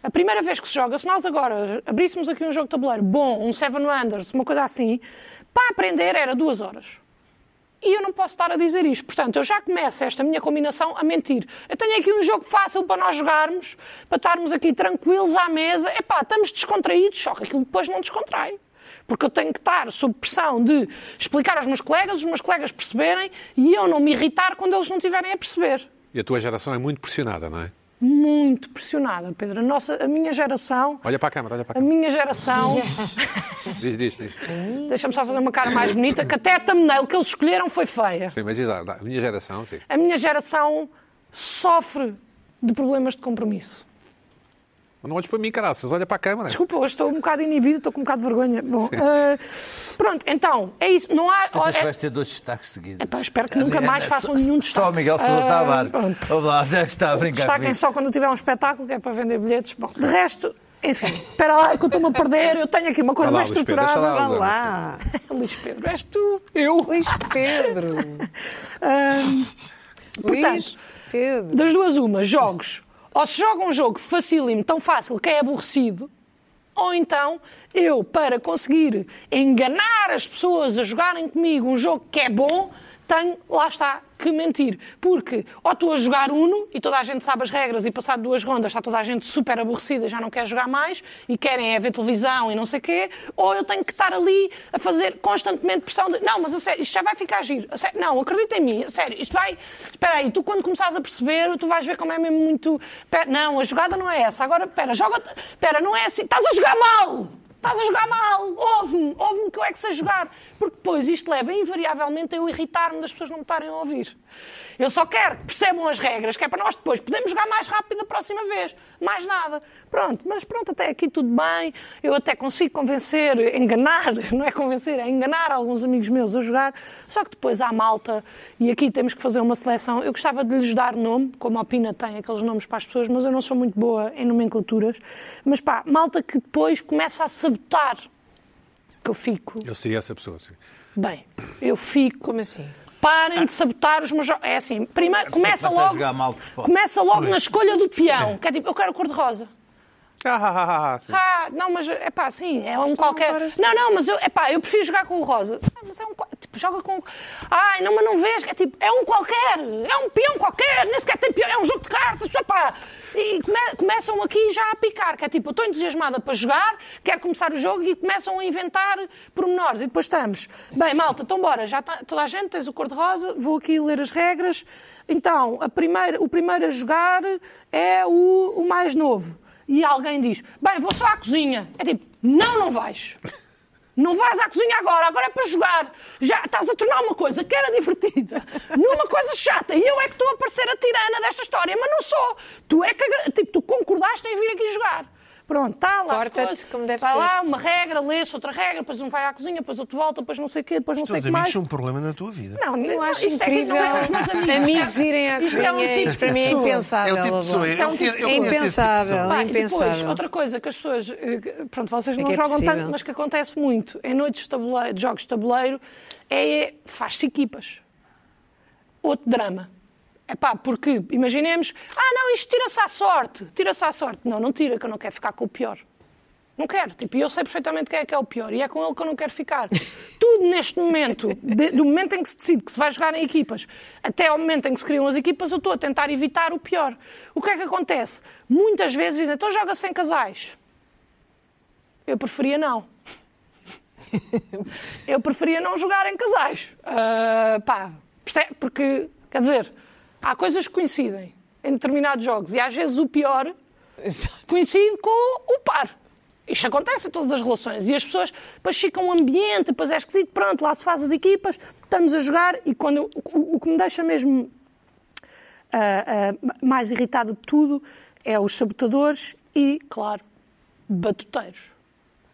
A primeira vez que se joga, se nós agora abríssemos aqui um jogo de tabuleiro bom, um Seven Wonders, uma coisa assim, para aprender era duas horas e eu não posso estar a dizer isto. Portanto, eu já começo esta minha combinação a mentir. Eu tenho aqui um jogo fácil para nós jogarmos, para estarmos aqui tranquilos à mesa. Epá, estamos descontraídos, só que aquilo depois não descontrai. Porque eu tenho que estar sob pressão de explicar aos meus colegas, os meus colegas perceberem e eu não me irritar quando eles não estiverem a perceber
E a tua geração é muito pressionada, não é?
muito pressionada, Pedro. A, nossa, a minha geração,
Olha para a câmara, olha para a
a
câmara.
minha geração,
Diz, diz, diz.
deixa-me só fazer uma cara mais bonita, que até a thumbnail que eles escolheram foi feia.
Sim, mas diz lá, a minha geração, sim.
A minha geração sofre de problemas de compromisso.
Não olhes para mim, caraças, olha para a câmara.
Desculpa, hoje estou um bocado inibido, estou com um bocado de vergonha. Bom, eh, pronto, então, é isso. Não há.
Achas que
é-
vais ter dois destaques seguidos?
Epá, espero que nunca mais façam nenhum
Só o
destaque.
Miguel Sousa
Ah,
Tavares.
pronto.
Olá, está a brincar
Destaquem
comigo.
só quando tiver um espetáculo, que é para vender bilhetes. Bom, de resto, enfim, espera lá, é que eu estou-me a perder, eu tenho aqui uma coisa
Vá lá,
mais
Luís Pedro, deixa
estruturada.
lá.
Vá lá.
Luís Pedro, és tu.
Eu?
Luís Pedro.
Ahm,
Luís
Portanto,
Pedro.
das duas uma, jogos. Ou se joga um jogo facílimo, tão fácil que é aborrecido, ou então eu, para conseguir enganar as pessoas a jogarem comigo um jogo que é bom, tenho, lá está, que mentir. Porque ou estou a jogar Uno e toda a gente sabe as regras e passado duas rondas está toda a gente super aborrecida, já não quer jogar mais e querem é ver televisão e não sei o quê, ou eu tenho que estar ali a fazer constantemente pressão de não, mas a sério, isto já vai ficar giro. A sério, não, acredita em mim, a sério, isto vai. Espera aí, tu quando começares a perceber, tu vais ver como é mesmo muito. Pera, não, a jogada não é essa. Agora, pera, joga. Pera, não é assim. Estás a jogar mal! Estás a jogar mal! Ouve-me, ouve-me que eu é que sei jogar. Porque depois isto leva invariavelmente a eu irritar-me das pessoas não me estarem a ouvir. Eu só quero que percebam as regras, que é para nós depois podemos jogar mais rápido da próxima vez. Mais nada. Pronto, mas pronto, até aqui tudo bem. Eu até consigo convencer, enganar, não é convencer, é enganar alguns amigos meus a jogar. Só que depois há malta e aqui temos que fazer uma seleção. Eu gostava de lhes dar nome, como a Pina tem aqueles nomes para as pessoas, mas eu não sou muito boa em nomenclaturas. Mas pá, malta que depois começa a sabotar. Que eu fico.
Eu seria essa pessoa, sim.
Bem, eu fico
Como assim?
parem de sabotar os meus jogos. É assim, primeiro, começa
a
logo,
jogar mal de futebol.
começa logo na escolha do peão, que é tipo, eu quero cor-de-rosa.
Ah, ah, ah, ah, sim.
Ah, não, mas é pá, sim, é um qualquer. Não, não, mas eu, é pá, eu prefiro jogar com o rosa. Ah, mas é um. qual- Tipo, joga com. Ai, não, mas não vês. É tipo, é um qualquer. É um peão qualquer. Nem sequer tem peão. É um jogo de cartas. Já pá. E come- começam aqui já a picar. Que é tipo, eu estou entusiasmada para jogar, quero começar o jogo e começam a inventar pormenores. E depois estamos. Bem, malta, então bora. Já tá- toda a gente tens o cor-de-rosa. Vou aqui ler as regras. Então, a primeira, o primeiro a jogar é o- o mais novo e alguém diz: Bem, vou só à cozinha. É tipo: Não, não vais. Não vais à cozinha agora, agora é para jogar. Já estás a tornar uma coisa que era divertida numa coisa chata. E eu é que estou a parecer a tirana desta história, mas não sou. Tu é que agra- tipo, tu concordaste em vir aqui jogar. Pronto, está lá. as
Porta-te
coisas.
como deve
Está
ser.
lá uma regra, lê-se outra regra, depois um vai à cozinha, depois outro volta, depois não sei o quê, depois não sei o
Teus
que
amigos
mais.
são um problema na tua vida.
Não,
Eu
não,
acho
isto é que
incrível.
não é os meus amigos.
Amigos irem à
Isto
cozinha,
é um tipo
isto para mim é
de pessoa.
impensável.
É o tipo de
Alonso.
pessoa, é
É
um tipo de pessoa.
impensável,
Pá,
Pá, e depois,
é impensável.
outra coisa que as pessoas, eh, pronto, vocês não
que é
jogam
possível.
tanto, mas que acontece muito, em noites de, tabuleiro, de jogos de tabuleiro, é faz-se equipas. Outro drama. É pá, porque imaginemos, ah não, isto tira-se à sorte, tira-se à sorte. Não, não tira, que eu não quero ficar com o pior. Não quero. Tipo, e eu sei perfeitamente quem é que é o pior e é com ele que eu não quero ficar. Tudo neste momento, de- do momento em que se decide que se vai jogar em equipas até ao momento em que se criam as equipas, eu estou a tentar evitar o pior. O que é que acontece? Muitas vezes dizem, então joga sem casais. Eu preferia não. eu preferia não jogar em casais. Ah, pá, perce- porque, quer dizer, há coisas que coincidem em determinados jogos e às vezes o pior coincide com o par. Isto acontece em todas as relações. E as pessoas depois ficam um ambiente, depois é esquisito, pronto, lá se faz as equipas, estamos a jogar e quando eu- o, o que me deixa mesmo ah, ah, mais irritada de tudo é os sabotadores e, claro, batuteiros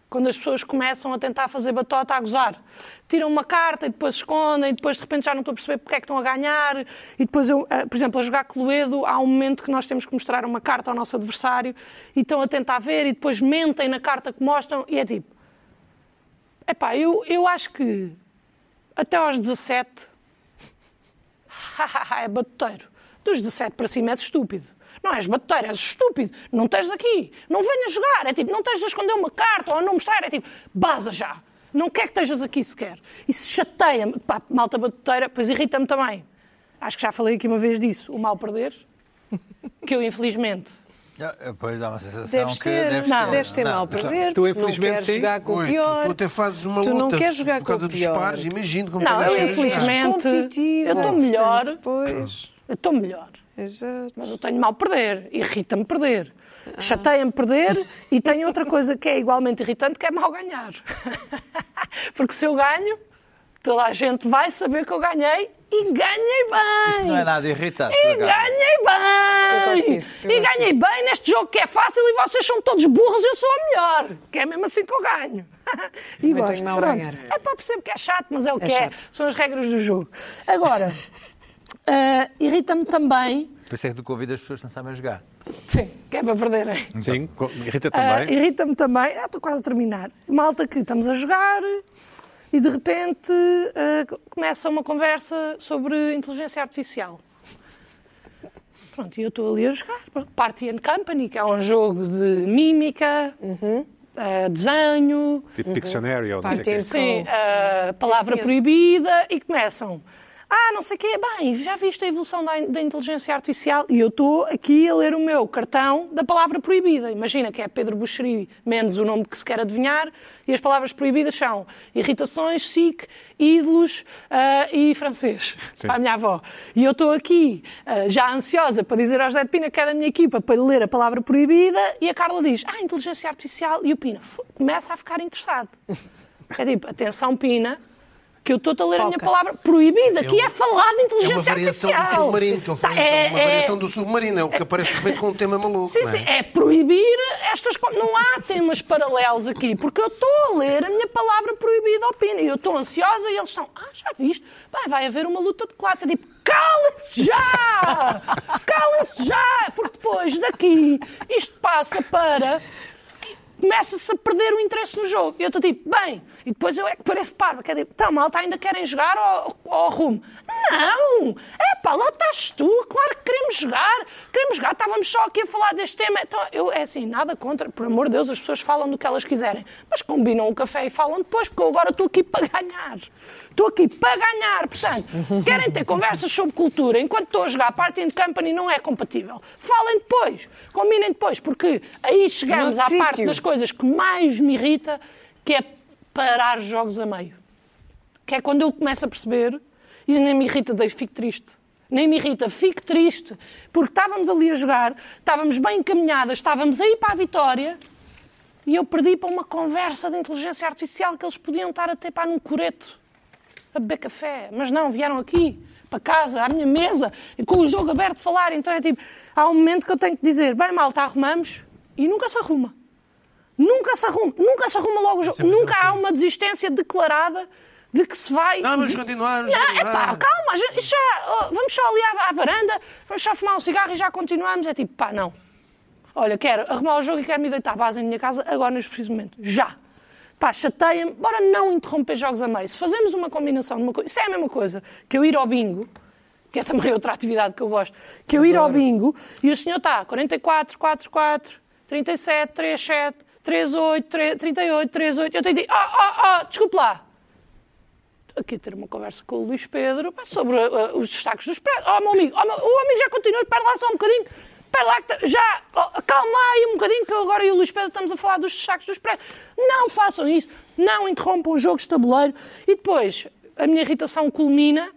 quando as pessoas começam a tentar fazer batota a gozar. Tiram uma carta e depois escondem, e depois de repente já não estou a perceber porque é que estão a ganhar. E depois, eu, eh, por exemplo, a jogar Cluedo, há um momento que nós temos que mostrar uma carta ao nosso adversário e estão a tentar ver e depois mentem na carta que mostram e é tipo. Epá, eu, eu acho que até aos 17 é batuteiro. Dos 17 para cima és estúpido. Não és batuteiro, és estúpido. Não tens aqui. Não venhas jogar. É tipo, não tens de esconder uma carta ou a não mostrar. É tipo, baza já. Não quer que estejas aqui sequer. Isso chateia-me. Pá, malta batuteira, pois irrita-me também. Acho que já falei aqui uma vez disso. O mal perder, que eu infelizmente...
Ah, Pois dá uma sensação
Deves
que
ter,
deves
não,
ter.
deves ter
Não.
mal perder.
Tu, infelizmente,
não queres
sim.
jogar com
Ui,
o
tu-
pior.
tu até fazes uma
Tu
luta
não queres jogar
por causa
com o
dos
pior.
pares, imagino como é
Não,
tu
eu
deixas de jogar.
infelizmente...
competitiva,
Eu estou melhor.
portanto, pois.
Eu estou melhor.
Exato.
mas eu tenho mal perder, irrita-me perder, chateia-me perder e tenho outra coisa que é igualmente irritante, que é mal ganhar. Porque se eu ganho, toda a gente vai saber que eu ganhei e ganhei bem.
Isso não é nada irritante.
E ganhei bem!
Eu gosto disso, eu
e
gosto
ganhei bem neste jogo que é fácil e vocês são todos burros e eu sou a melhor. Que é mesmo assim que eu ganho. e
tenho
gosto.
mal a
Pronto.
ganhar.
É para perceber que é chato, mas é o
É
que é.
chato.
São as regras do jogo. Agora, ah, irrita-me também.
Pensei é que tu convidas as pessoas que não sabem jogar.
Sim, que é para perderem.
Sim, co- irrita
Ah,
também.
Irrita-me também. Ah, estou quase a terminar. Malta que estamos a jogar e de repente ah, co- começa uma conversa sobre inteligência artificial. Pronto, e eu estou ali a jogar. Party and Company, que é um jogo de mímica, ah, desenho,
Tipo Pictionary ou não sei o quê.
Partir- Sim.
Sim, a palavra
mesmo.
proibida e começam. Ah, não sei o quê. Bem, já viste a evolução da, da inteligência artificial? E eu estou aqui a ler o meu cartão da palavra proibida. Imagina que é Pedro Buxeri, menos o nome que se quer adivinhar. E as palavras proibidas são irritações, SIC, ídolos ah, e francês.
Sim.
Para a minha avó. E eu estou aqui ah, já ansiosa para dizer ao José de Pina que é da minha equipa para lhe ler a palavra proibida. E a Carla diz, ah, inteligência artificial. E o Pina "Fo- começa a ficar interessado. É tipo, atenção, Pina, que eu estou-te a ler a minha
Foca.
palavra proibida, que
uma-
é falar de
É uma
inteligência
variação do
artificial.
submarino, que eu falei,
Tá, é-
é uma
é-
variação do submarino, é o que aparece de repente com um tema maluco.
Sim,
não é?
sim, é proibir estas coisas. Não há temas paralelos aqui, porque eu estou a ler a minha palavra proibida ao Pina e eu estou ansiosa e eles estão, ah, já viste? Bem, vai haver uma luta de classe. É tipo, calem-se já! Calem-se já! Porque depois daqui isto passa para começa-se a perder o interesse no jogo. E eu estou tipo, bem, e depois eu é que pareço parva, quer dizer, tá, malta, ainda querem jogar ao, ao rumo? Não! É pá, lá estás tu, claro que queremos jogar, queremos jogar, estávamos só aqui a falar deste tema. Então, eu, é assim, nada contra, por amor de Deus, as pessoas falam do que elas quiserem, mas combinam o café e falam depois, porque eu agora estou aqui para ganhar. Estou aqui para ganhar, portanto, querem ter conversas sobre cultura enquanto estou a jogar, a parte de company não é compatível. Falem depois, combinem depois, porque aí chegamos à
Noutro
parte
sítio.
das coisas que mais me irrita, que é parar jogos a meio. Que é quando eu começo a perceber, e nem me irrita, deixo, fico triste. Nem me irrita, fico triste, porque estávamos ali a jogar, estávamos bem encaminhadas, estávamos aí para a vitória, e eu perdi para uma conversa de inteligência artificial que eles podiam estar até para num coreto a beber café, mas não, vieram aqui para casa, à minha mesa, e com o jogo aberto a falar. Então é tipo, há um momento que eu tenho que dizer, bem malta, arrumamos, e nunca se arruma. Nunca se arruma, nunca se arruma logo o
é
jogo. Nunca há uma desistência declarada de que se vai.
Não, vamos continuar, vamos
Não, é
continuar.
pá, calma, já, isto já, oh, vamos só ali à, à varanda, vamos só fumar um cigarro e já continuamos. É tipo, pá, não. Olha, quero arrumar o jogo e quero me deitar à base em minha casa agora neste preciso momento. Já. Pá, chateia-me. Bora não interromper jogos a meio. Se fazemos uma combinação de uma coisa... Isso é a mesma coisa que eu ir ao bingo, que é também outra atividade que eu gosto, tá, que eu ir ao bingo e o senhor está 44, 4, 4, 37, 3, 7, 38, 3, 38, 38. Eu tenho de. Ah, ah, ah, desculpe lá. Estou Aqui a ter uma conversa com o Luís Pedro pá, sobre ah, os destaques do Expresso. Oh, meu amigo, oh, meu- o amigo já continua, para lá só um bocadinho. Para lá, que ta- já, oh, calma aí um bocadinho, que eu agora e o Luís Pedro estamos a falar dos destaques do Expresso. Não façam isso, não interrompam os jogos de tabuleiro. E depois, a minha irritação culmina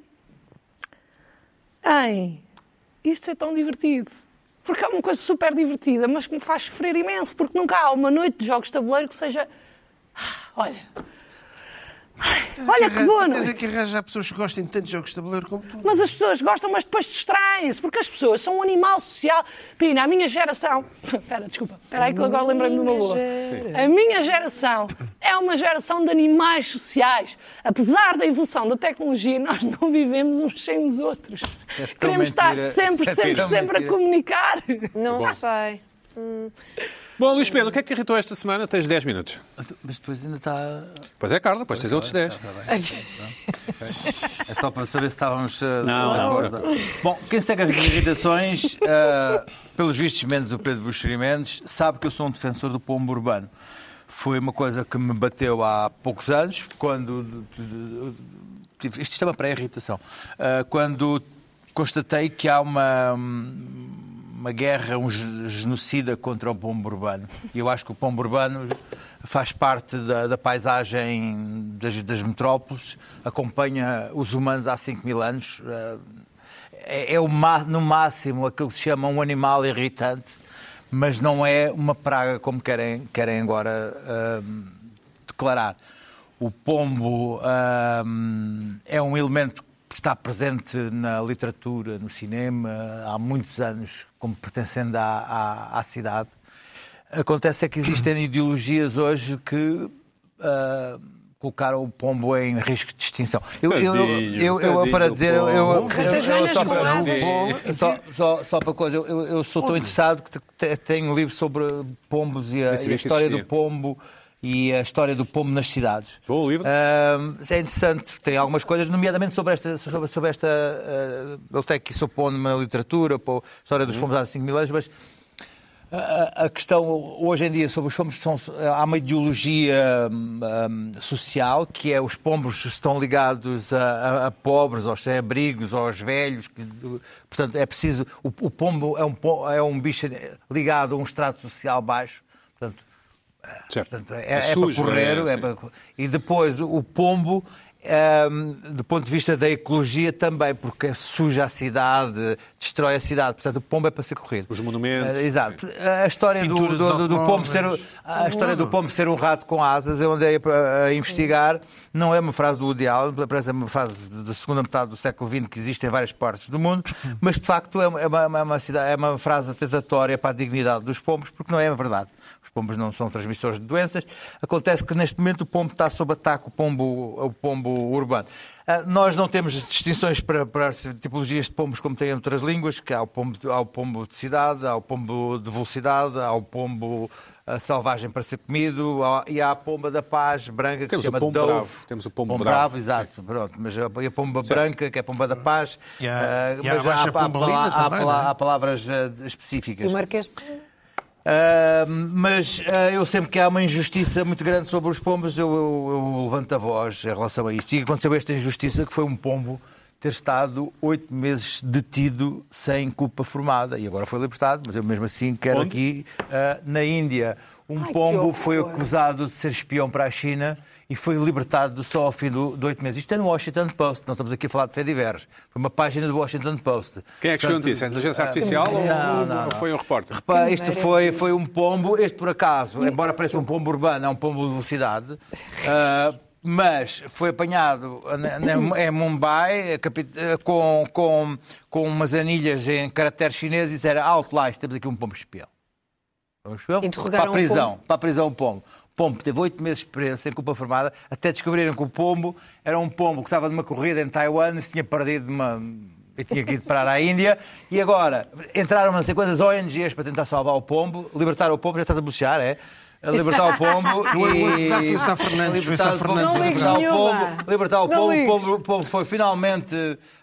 em isto é tão divertido. Porque é uma coisa super divertida, mas que me faz sofrer imenso, porque nunca há uma noite de jogos de tabuleiro que seja. "Ah, Olha,
Tens
Olha que
arran-
boa
Tens
noite.
é que arranjar pessoas que gostem de tantos jogos de tabuleiro como tu.
mas as pessoas gostam, mas depois distraem-se, porque as pessoas são um animal social. Pina, a minha geração. Espera, desculpa, espera aí que eu agora lembrei-me de uma boa. A minha geração é uma geração de animais sociais. Apesar da evolução da tecnologia, nós não vivemos uns sem os outros.
É tão
Queremos estar
mentira.
sempre,
Isso é
sempre,
tão
sempre a
mentira.
comunicar.
Não sei.
Bom, Luís Pedro, o que é que te irritou esta semana? Tens 10 minutos.
Mas depois ainda está.
Pois é, Carla, depois tens outros
Tá,
10.
É só para saber se estávamos. eh,
Não,
de
não.
acordo. Bom, quem segue as minhas irritações, eh, pelos vistos, menos o Pedro Buxeri Mendes, sabe que eu sou um defensor do pombo urbano. Foi uma coisa que me bateu há poucos anos, quando. tive- Isto é uma pré-irritação. Eh, quando constatei que há uma. hum, Uma guerra, um ge- genocida contra o pombo urbano. E Eu acho que o pombo urbano faz parte da, da paisagem das, das metrópoles, acompanha os humanos há 5 mil anos. eh, É, é o ma- no máximo aquilo que se chama um animal irritante, mas não é uma praga como querem, querem agora eh, declarar. O pombo ahm, é um elemento que está presente na literatura, no cinema, há muitos anos, como pertencendo à, à- à cidade. Acontece é que existem ideologias hoje que ah, colocaram o pombo em risco de extinção. Eu, eu, eu, eu- eu-
Tadinho,
para dizer, eu, eu- eu- eu-
Ratazanas
só
com
para-
asas.
só, só, só para coisa, eu, eu sou tão interessado que te- te- tenho um livro sobre pombos e a,
Nem sabia
e a
que
história
existia.
do pombo e a história do pombo nas cidades.
Bom livro.
Ahm, é interessante, tem algumas coisas, nomeadamente sobre esta. Sobre, sobre esta ah, ele tem que se opõe-me à literatura, pô, a história dos pombos há 5 mil anos, mas a questão hoje em dia sobre os pombos são, há uma ideologia hum, hum, social que é os pombos estão ligados a, a- a pobres, aos sem abrigos, aos velhos. que, portanto, é preciso. O, o pombo é um, po- é um bicho ligado a um extrato social baixo. Portanto,
Certo.
Portanto, é, é
sujo,
para correr,
é,
é
sim.
para- e depois o pombo, ehm, do ponto de vista da ecologia também, porque suja a cidade, destrói a cidade, portanto o pombo é para ser corrido.
Os monumentos,
Eh, exato. A história do,
Pintura dos
do- do- do pombo
automóveis.
ser, um- a história do pombo ser um rato com asas, eu andei a, a investigar, não é uma frase do Woody Allen, parece uma frase de- da segunda metade do século XX que existe em várias partes do mundo, mas de facto é uma, é uma- é uma cida- é uma frase atentatória para a dignidade dos pombos, porque não é verdade. Os pombos não são transmissores de doenças. Acontece que neste momento o pombo está sob ataque, o pombo, o pombo urbano. Ah, Nós não temos distinções para, para as tipologias de pombos como têm outras línguas, que há o pombo, de- há o pombo de cidade, há o pombo de velocidade, há o pombo ah, selvagem para ser comido há- e há a pomba da paz branca que
Temos
se
o
chama
pombo
Dove.
bravo, temos o pombo bravo.
bravo. exato, pronto. Mas a, e a pomba branca, que é a pomba da paz,
E há-
ah,
e há a
mas
baixa
há,
pombalina
há- há-
também, não é?
há palavras ah, de-
E
específicas.
o Marquês.
Ah, mas ah, eu sempre que há uma injustiça muito grande sobre os pombos, eu, eu- eu levanto a voz em relação a isto. E aconteceu esta injustiça que foi um pombo ter estado oito meses detido sem culpa formada. E agora foi libertado, mas eu mesmo assim quero aqui ah, na Índia. Um
Ai, que
pombo foi
horror.
acusado de ser espião para a China e foi libertado só ao fim do- de oito meses. Isto é no Washington Post, não estamos aqui a falar de Fediveres. Foi uma página do Washington Post.
Quem é que chegou a
Portanto,
notícia? A inteligência artificial ou-
Ah, Não, não,
ou
não.
foi um repórter?
Repara, este foi, foi um pombo, este por acaso, embora pareça um pombo urbano, é um pombo de velocidade, ah, mas foi apanhado na- na- em Mumbai a capi- eh, com, com, com umas anilhas em caracteres chineses e disseram, alto lá, isto temos aqui um pombo espião. Pombo espião?
Interrogaram
Para a
o
prisão,
pombo.
para a prisão o pombo. O pombo teve oito meses preso, sem culpa formada, até descobrirem que o pombo era um pombo que estava numa corrida em Taiwan e se tinha perdido uma... E tinha que ir parar à Índia. E agora, entraram não sei quantas ONGs para tentar salvar o pombo, libertar o pombo, já estás a buchar, é? a libertar o pombo e...
Não, foi o Sá Fernandes,
libertar
foi o Sá
o pombo,
Fernandes. Não
libertar
ligues
o pombo,
nenhuma.
libertar o
Não
pombo, o
ligues.
pombo, o pombo foi finalmente,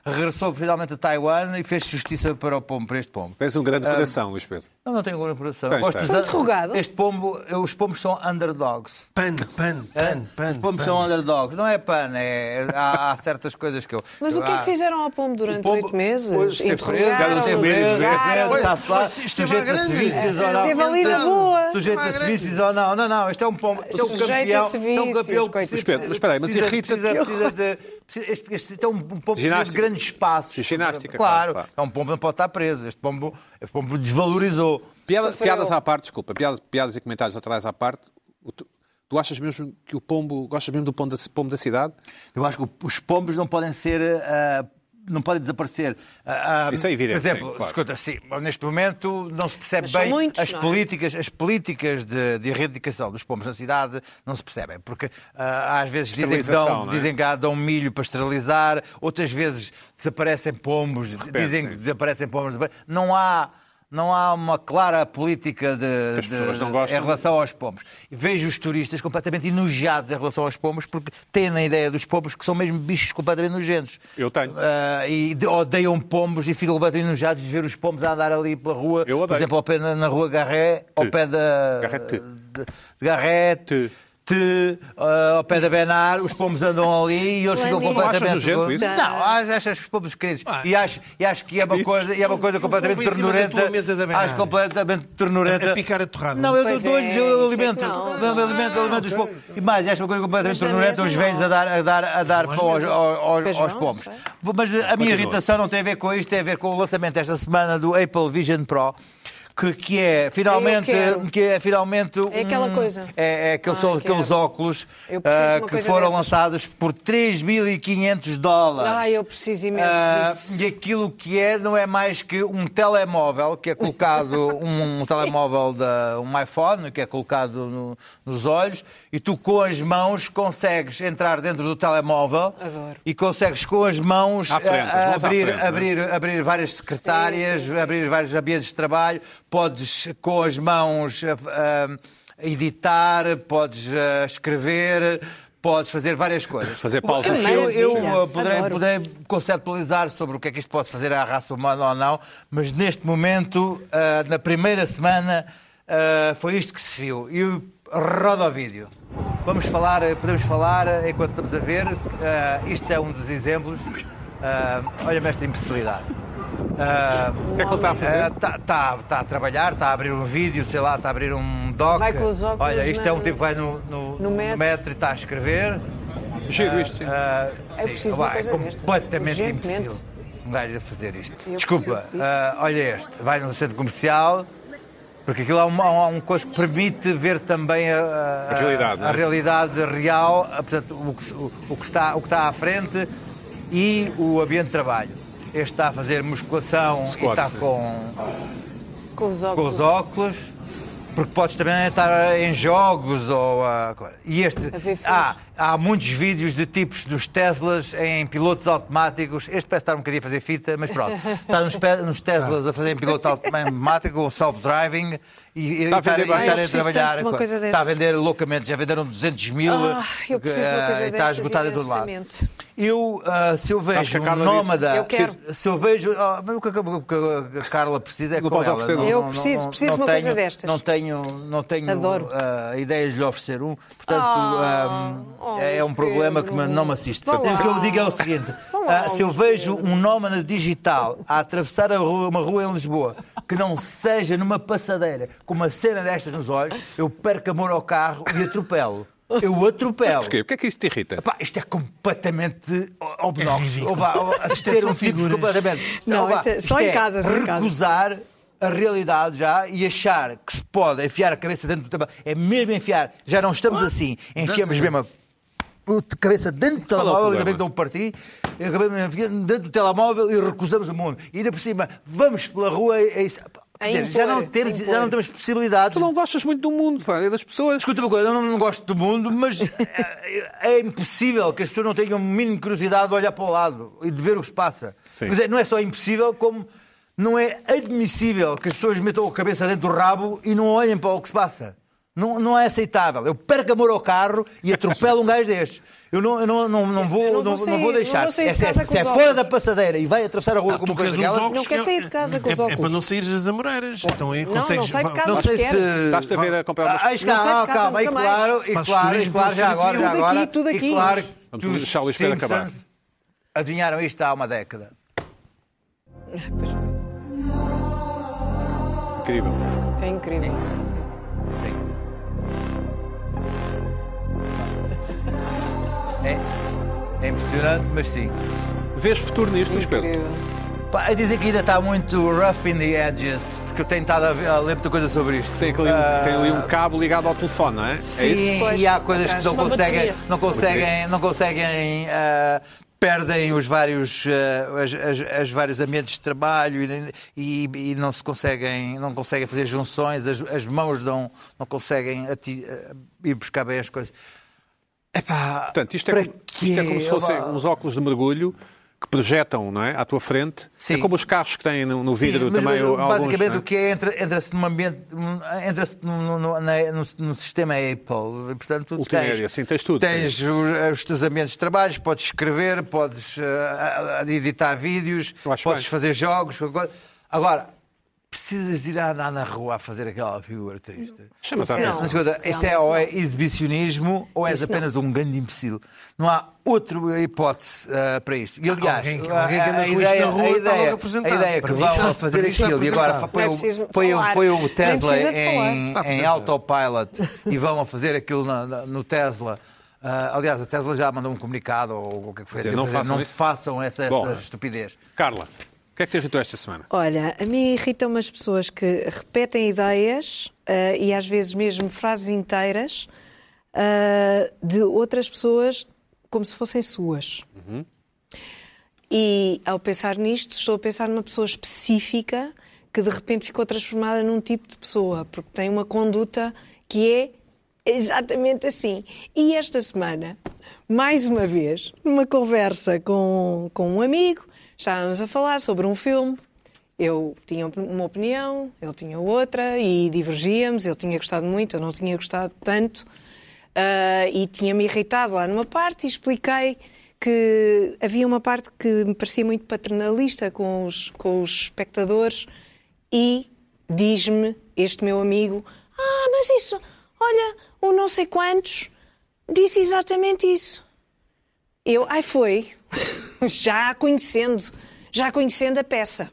regressou finalmente a Taiwan e fez justiça para o pombo, para este pombo.
Tens um
Ah,
grande coração, Luís Pedro.
Eu não tenho grande coração.
Tens,
Gosto
tens.
dos-
Interrogado.
Este pombo, os pombos são underdogs.
Pano, pano, pano,
Os
pano.
pombos são underdogs. Não é pano, é... há, há certas coisas que eu... Ah,
Mas o que é que fizeram ao pombo durante
Pombo-
oito meses?
Pois, esteve preso, um
Interrogaram,
esteve preso, esteve preso, sabe-se lá,
Isto é uma
sujeito a
grande-
serviços ou não.
Esteve ali na boa.
Sujeito a
Uma grande-
serviços ou não? Não, não, este é um pombo. Este é um
Sujeito a
campeão.
serviços,
é um campeão que
coitado.
precisa-
Mas espera, mas espera aí, mas
precisa-
irrita-te.
precisa- precisa de- precisa- Este este- este é um pombo que precisa de
Ginástica.
grandes espaços.
Ginástica, claro,
Claro,
claro.
é um pombo que não pode estar preso. Este pombo, este pombo desvalorizou.
Piada-
Sofreu.
piadas à parte, desculpa, piadas, piadas e comentários atrás à parte. O Tu, tu achas mesmo que o pombo, gostas mesmo do pombo da, pombo da cidade?
Eu acho que os pombos não podem ser. ah, não podem desaparecer. Ah, ah,
Isso é evidente,
Por exemplo,
sim, claro.
escuta, sim, neste momento não se percebe
Mas são
bem
muitos,
as
não é?
políticas, as políticas de, de erradicação dos pombos na cidade não se percebem. Porque ah, às vezes dizem que,
Esterilização,
dão,
não é?
dizem que há- dão milho para esterilizar, outras vezes desaparecem pombos,
repente,
dizem
sim.
que desaparecem pombos. Não há. Não há uma clara política de,
as
de-
pessoas não gostam.
em relação aos pombos. Vejo os turistas completamente enojados em relação aos pombos, porque têm a ideia dos pombos que são mesmo bichos completamente nojentos.
Eu tenho.
Ah, e de- odeiam pombos e ficam completamente enojados de ver os pombos a andar ali pela rua.
Eu odeio.
Por exemplo, ao pé, na, na rua Garré, ao
Tu.
pé da.
Garrete.
de- de Garrete.
Tu.
Te, ah, ao pé da Benar, os pombos andam ali e eles ficam
Tu não
achas
completamente.
nojento isso?
Não, acho, acho os pombos queridos. E, acho, e acho que é uma coisa, e é uma coisa
um pombo em
completamente
cima da tua
ternurenta.
mesa da Benar.
Acho completamente ternurenta.
A- a picar a torrada.
Não, eu dou
Pois
dois,
é,
eu
isso é que
alimento.
não.
Eu Alimento, alimento os pombos. E mais, acho uma coisa completamente
Mas é na
ternurenta,
mesa
os velhos
não.
a dar, a dar, a dar
Mas
pão aos,
não.
aos,
Pois
aos, aos
não,
pombos.
sei.
Mas a minha irritação não tem a ver com isto, tem a ver com o lançamento esta semana do Apple Vision Pro. Que, que é finalmente
quero.
que é finalmente
É aquela
um-
coisa.
é, é aqueles,
Ai,
são aqueles
quero.
óculos
Eu preciso de
ah,
uma
que
coisa
foram
dessas.
lançados por 3.500 dólares
Ai, eu preciso imenso
ah,
disso.
e aquilo que é não é mais que um telemóvel que é colocado, um, telemóvel, da, um iPhone que é colocado no- nos olhos e tu com as mãos consegues entrar dentro do telemóvel
Adoro.
e consegues com as mãos,
À frente,
ah,
as mãos à
abrir,
frente, não é?
abrir, abrir várias secretárias, abrir vários ambientes de trabalho, podes com as mãos ah, ah, editar, podes ah, escrever, podes fazer várias coisas.
Fazer pausa.
Eu, eu, eu,
maravilha.
ah, poderei,
Adoro.
poderei conceptualizar sobre o que é que isto pode fazer à raça humana ou não, mas neste momento, ah, na primeira semana, ah, foi isto que se viu. E o- roda o vídeo. Vamos falar, eh, podemos falar eh, enquanto estamos a ver. Ah, isto é um dos exemplos. Ah, Olha-me esta imbecilidade. Ah,
O que é que ele está a fazer?
Está tá, a trabalhar, está a abrir um vídeo, sei lá, está a abrir um doc.
Vai com os óculos
Olha, isto é um
na-
tipo que vai no, no,
no
no
metro.
metro e está a escrever.
Giro isto, sim.
Ah,
É
sim,
preciso
vá,
uma coisa
é completamente
destas,
imbecil
urgentemente.
um gajo a fazer isto.
Eu
Desculpa,
preciso disso.
ah, olha este, vai no centro comercial, porque aquilo há uma, há uma coisa que permite ver também a, a-
A realidade, não é?
a realidade real, ah, portanto, o, que se- o- o que está, o que está à frente e o ambiente de trabalho. Este está a fazer musculação e
Squat,
está
sim.
com,
com os
com
óculos.
os óculos, porque podes também estar em jogos ou a coisa. E este.
A ver filmes.
Há, há muitos vídeos de tipos dos Teslas em pilotos automáticos. Este parece estar um bocadinho a fazer fita, mas pronto. Está nos, pe- nos Teslas a fazer em
Tá.
piloto automático, ou self-driving, e, e
Está Tá a
estar,
vender
e
bem.
estar
Eu
a
preciso
trabalhar.
tanto de uma coisa
Está a
destas.
vender loucamente, já venderam 200 mil.
Ah, eu preciso de uma coisa
eh, e Está
destas
esgotado em todo lado.
imensamente.
Eu, ah, se eu
Acho que
vejo
a
um
Carla disse-
nómada.
Eu quero.
Se, se eu vejo. ah, mas o que, a- o que a Carla precisa é
Não
com
posso
ela.
oferecer, um. não.
Eu preciso- preciso de uma coisa
tenho-
destas.
Não tenho, não tenho
Adoro.
ah, ideias de lhe oferecer um. Portanto,
Ah,
ah,
oh,
é um problema que
Pedro.
me- não me assiste.
Vá
Portanto,
lá.
o que eu digo é o seguinte:
Vá lá, oh,
ah, se eu vejo um nómada digital a atravessar a rua- uma rua em Lisboa que não seja numa passadeira com uma cena destas nos olhos, eu perco amor ao carro e atropelo. Eu o atropelo.
Porquê? Porquê é que isto te irrita?
Pá, isto é completamente
É
obnóxio.
ridículo.
Ou vá, ou- a
Isto é
ter
só
um tipo
figuras.
completamente.
Não,
ou vá,
isto é- só
isto
em
é
casa, só em casa.
Recusar a realidade já e achar que se pode enfiar a cabeça dentro do tabaco. É mesmo enfiar. Já não estamos assim. Enfiamos mesmo a puta cabeça dentro do
Qual é o
telemóvel,
problema?
acabei de um partido, acabei de me enfiar dentro do telemóvel e recusamos o mundo. E ainda por cima, vamos pela rua e. e- Quer dizer, já,
impor,
não temos,
a
já não
impor.
temos possibilidades
Tu não gostas muito do mundo, pá, e das pessoas.
Escuta uma coisa, eu não, não gosto do mundo, mas é, é impossível que as pessoas não tenham a mínima curiosidade de olhar para o lado e de ver o que se passa.
Sim.
Quer dizer, não é só impossível, como não é admissível que as pessoas metam a cabeça dentro do rabo e não olhem para o que se passa. Não, não é aceitável. Eu perco amor ao carro e atropelo um gajo destes. Eu não, eu não, não, não vou,
Eu
não,
não vou
não
sair-
vou
não
deixar.
vou sair de
É- se é,
casa com
se é
os
fora
óculos.
da passadeira e vai atravessar a rua com
Ah, tu
uma coisa
queres os
daquela,
óculos?
Não quer sair de casa com os
é, É para
óculos.
não saires das Amoreiras. Então aí
Não,
consegues.
não sai de
va-
casa.
Não sei
sequer.
se.
Estás-te a ver a comprar umas...
Ah, isto-
Não sai de
ah,
casa
calma, e
nunca
claro,
mais.
e
Faz
claro, e
turismo,
claro, já
tudo
agora, já
aqui,
agora.
tudo aqui.
E claro
Vamos
que os
deixar o Luís Pedro acabar.
Simpsons adivinharam isto há uma década.
Pois foi.
Incrível.
É incrível.
É impressionante, mas sim.
Vês futuro nisto, Luís Pedro?
Incrível.
Pá, dizem que ainda está muito rough in the edges, porque eu tenho estado a, ver- a ler muita coisa sobre isto.
Tem ali, um, tem ali um cabo ligado ao telefone, não é? É isso?
Sim,
Pois,
e há coisas que
atrás
não
de uma
conseguem,
bateria.
não conseguem, não conseguem, ah, perdem os vários, ah, as, as- as vários ambientes de trabalho e, e- e não se conseguem, não conseguem fazer junções, as, as mãos não, não conseguem ati- ah, ir buscar bem as coisas. Epá,
Portanto, isto é,
para
como, isto é
quê?
como se fossem
Epá.
uns óculos de mergulho que projetam não é, à tua frente.
Sim.
É como os carros que têm no, no
Sim,
vidro
mas,
também.
mas,
alguns,
basicamente
não é?
o que é entra- entra-se num ambiente num- entra-se num- num- na- no, no sistema Apple e, portanto tu
Multimédia,
tens,
sim, tens tudo.
tens os, os teus ambientes de trabalho podes escrever podes ah, ah, editar vídeos
Eu acho
podes
bem.
fazer jogos qualquer coisa. agora precisas ir a andar na rua a fazer aquela figura triste
Chama-te a
Não,
atenção.
mas escuta, isso é ou é exibicionismo ou és apenas um grande imbecil. Não há outra hipótese ah, para isto. E aliás,
Alguém que-
a-
alguém que anda
a
com isto
ideia-
na rua
a
está
ideia-
logo apresentado.
A ideia que
Para mim está-
vão a
para
fazer
mim está
aquilo e agora
apresentado.
põe
Não é preciso
o, põe, o,
falar.
põe
Nem
o Tesla
precisa de falar.
em,
Está
em
apresentado.
autopilot e vão a fazer aquilo na- na- no Tesla. Ah, aliás, a Tesla já mandou um comunicado ou o que é que foi.
Dizer, não
Quer dizer,
façam
não
isso.
façam essa, essa
Bom.
estupidez.
Carla, o que é que te irritou esta semana?
Olha, a mim irritam as pessoas que repetem ideias ah, e às vezes mesmo frases inteiras ah, de outras pessoas como se fossem suas. E ao pensar nisto, estou a pensar numa pessoa específica que de repente ficou transformada num tipo de pessoa, porque tem uma conduta que é exatamente assim. E esta semana, mais uma vez, numa conversa com, com um amigo, estávamos a falar sobre um filme. Eu tinha op- uma opinião, ele tinha outra e divergíamos. Ele tinha gostado muito, eu não tinha gostado tanto. Ah, e tinha-me irritado lá numa parte e expliquei que havia uma parte que me parecia muito paternalista com os, com os espectadores e diz-me este meu amigo ah, mas isso, olha, o não sei quantos disse exatamente isso. Eu, ai foi, já conhecendo, já conhecendo a peça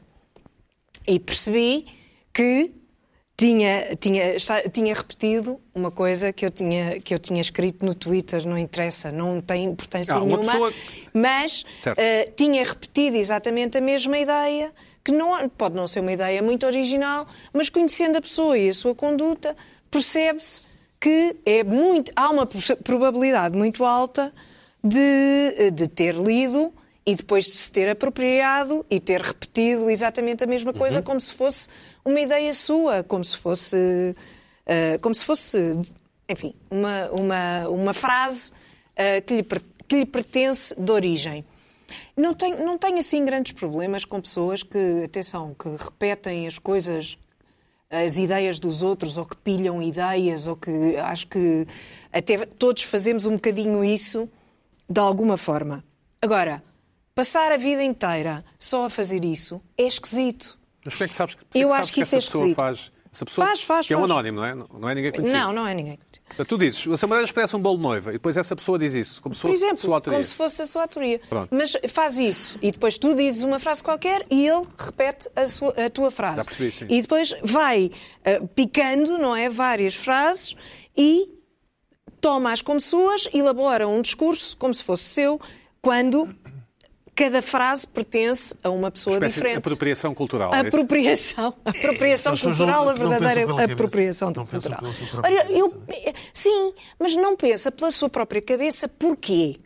e percebi que tinha, tinha, está- tinha repetido uma coisa que eu, tinha, que eu tinha escrito no Twitter, não interessa, não tem importância
Ah, uma
nenhuma,
pessoa-
mas
Certo.
eh, tinha repetido exatamente a mesma ideia, que não, pode não ser uma ideia muito original, mas conhecendo a pessoa e a sua conduta, percebe-se que é muito, há uma pro- probabilidade muito alta de, de ter lido e depois de se ter apropriado e ter repetido exatamente a mesma coisa como se fosse uma ideia sua, como se fosse, eh, como se fosse, enfim, uma, uma, uma frase eh, que, lhe, per- que lhe pertence de origem. Não tenho, não tenho assim grandes problemas com pessoas que, atenção, que repetem as coisas as ideias dos outros ou que pilham ideias ou que acho que até todos fazemos um bocadinho isso de alguma forma. Agora, passar a vida inteira só a fazer isso é esquisito.
Mas como é que sabes, como
Eu
é que,
acho
sabes
que
essa
isso é
pessoa
esquisito.
faz? Essa pessoa
Faz, faz,
que é um
faz.
anónimo, não é? Não não é ninguém conhecido.
Não, não é ninguém.
Portanto, Tu dizes, o Samareiras parece um bolo de noiva e depois essa pessoa diz isso, como se
Por
fosse
exemplo,
sua autoria.
como se fosse a sua autoria.
Pronto.
Mas faz isso e depois tu dizes uma frase qualquer e ele repete a, sua- a tua frase.
Já percebi, sim.
E depois vai ah, picando, não é? Várias frases e toma-as como suas, elabora um discurso como se fosse seu, quando cada frase pertence a uma pessoa
Espécie de
diferente.
apropriação cultural. é isso?
Apropriação. Apropriação
As pessoas não-
cultural, a
não pensam
verdadeira
pela cabeça.
apropriação
Não pensam
cultural.
pela sua própria
Olha, eu, eh, sim, mas não pensa pela sua própria cabeça. Porquê?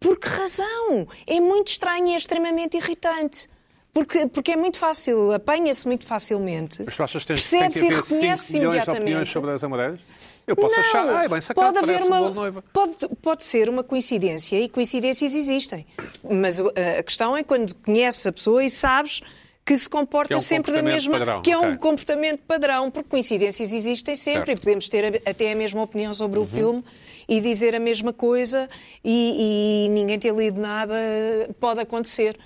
Por que razão? É muito estranho e é extremamente irritante. Porque, porque é muito fácil, apanha-se muito facilmente.
Mas tu achas que tens, tem que
percebe-se e
haver 5
reconhece-se
milhões de
imediatamente.
opiniões sobre as Amareiras? Eu posso
Não,
achar, ah, é bem sacado,
pode haver
parece um
uma,
bolo de noiva.
pode, pode ser uma coincidência e coincidências existem. Mas uh, a questão é quando conheces a pessoa e sabes que se comporta
Que é um
sempre da
comportamento
mesma...
padrão,
que é um
ok.
comportamento padrão, porque coincidências existem sempre
Certo. Uhum.
e podemos ter a- até a mesma opinião sobre o filme e dizer a mesma coisa e, e ninguém ter lido nada pode acontecer.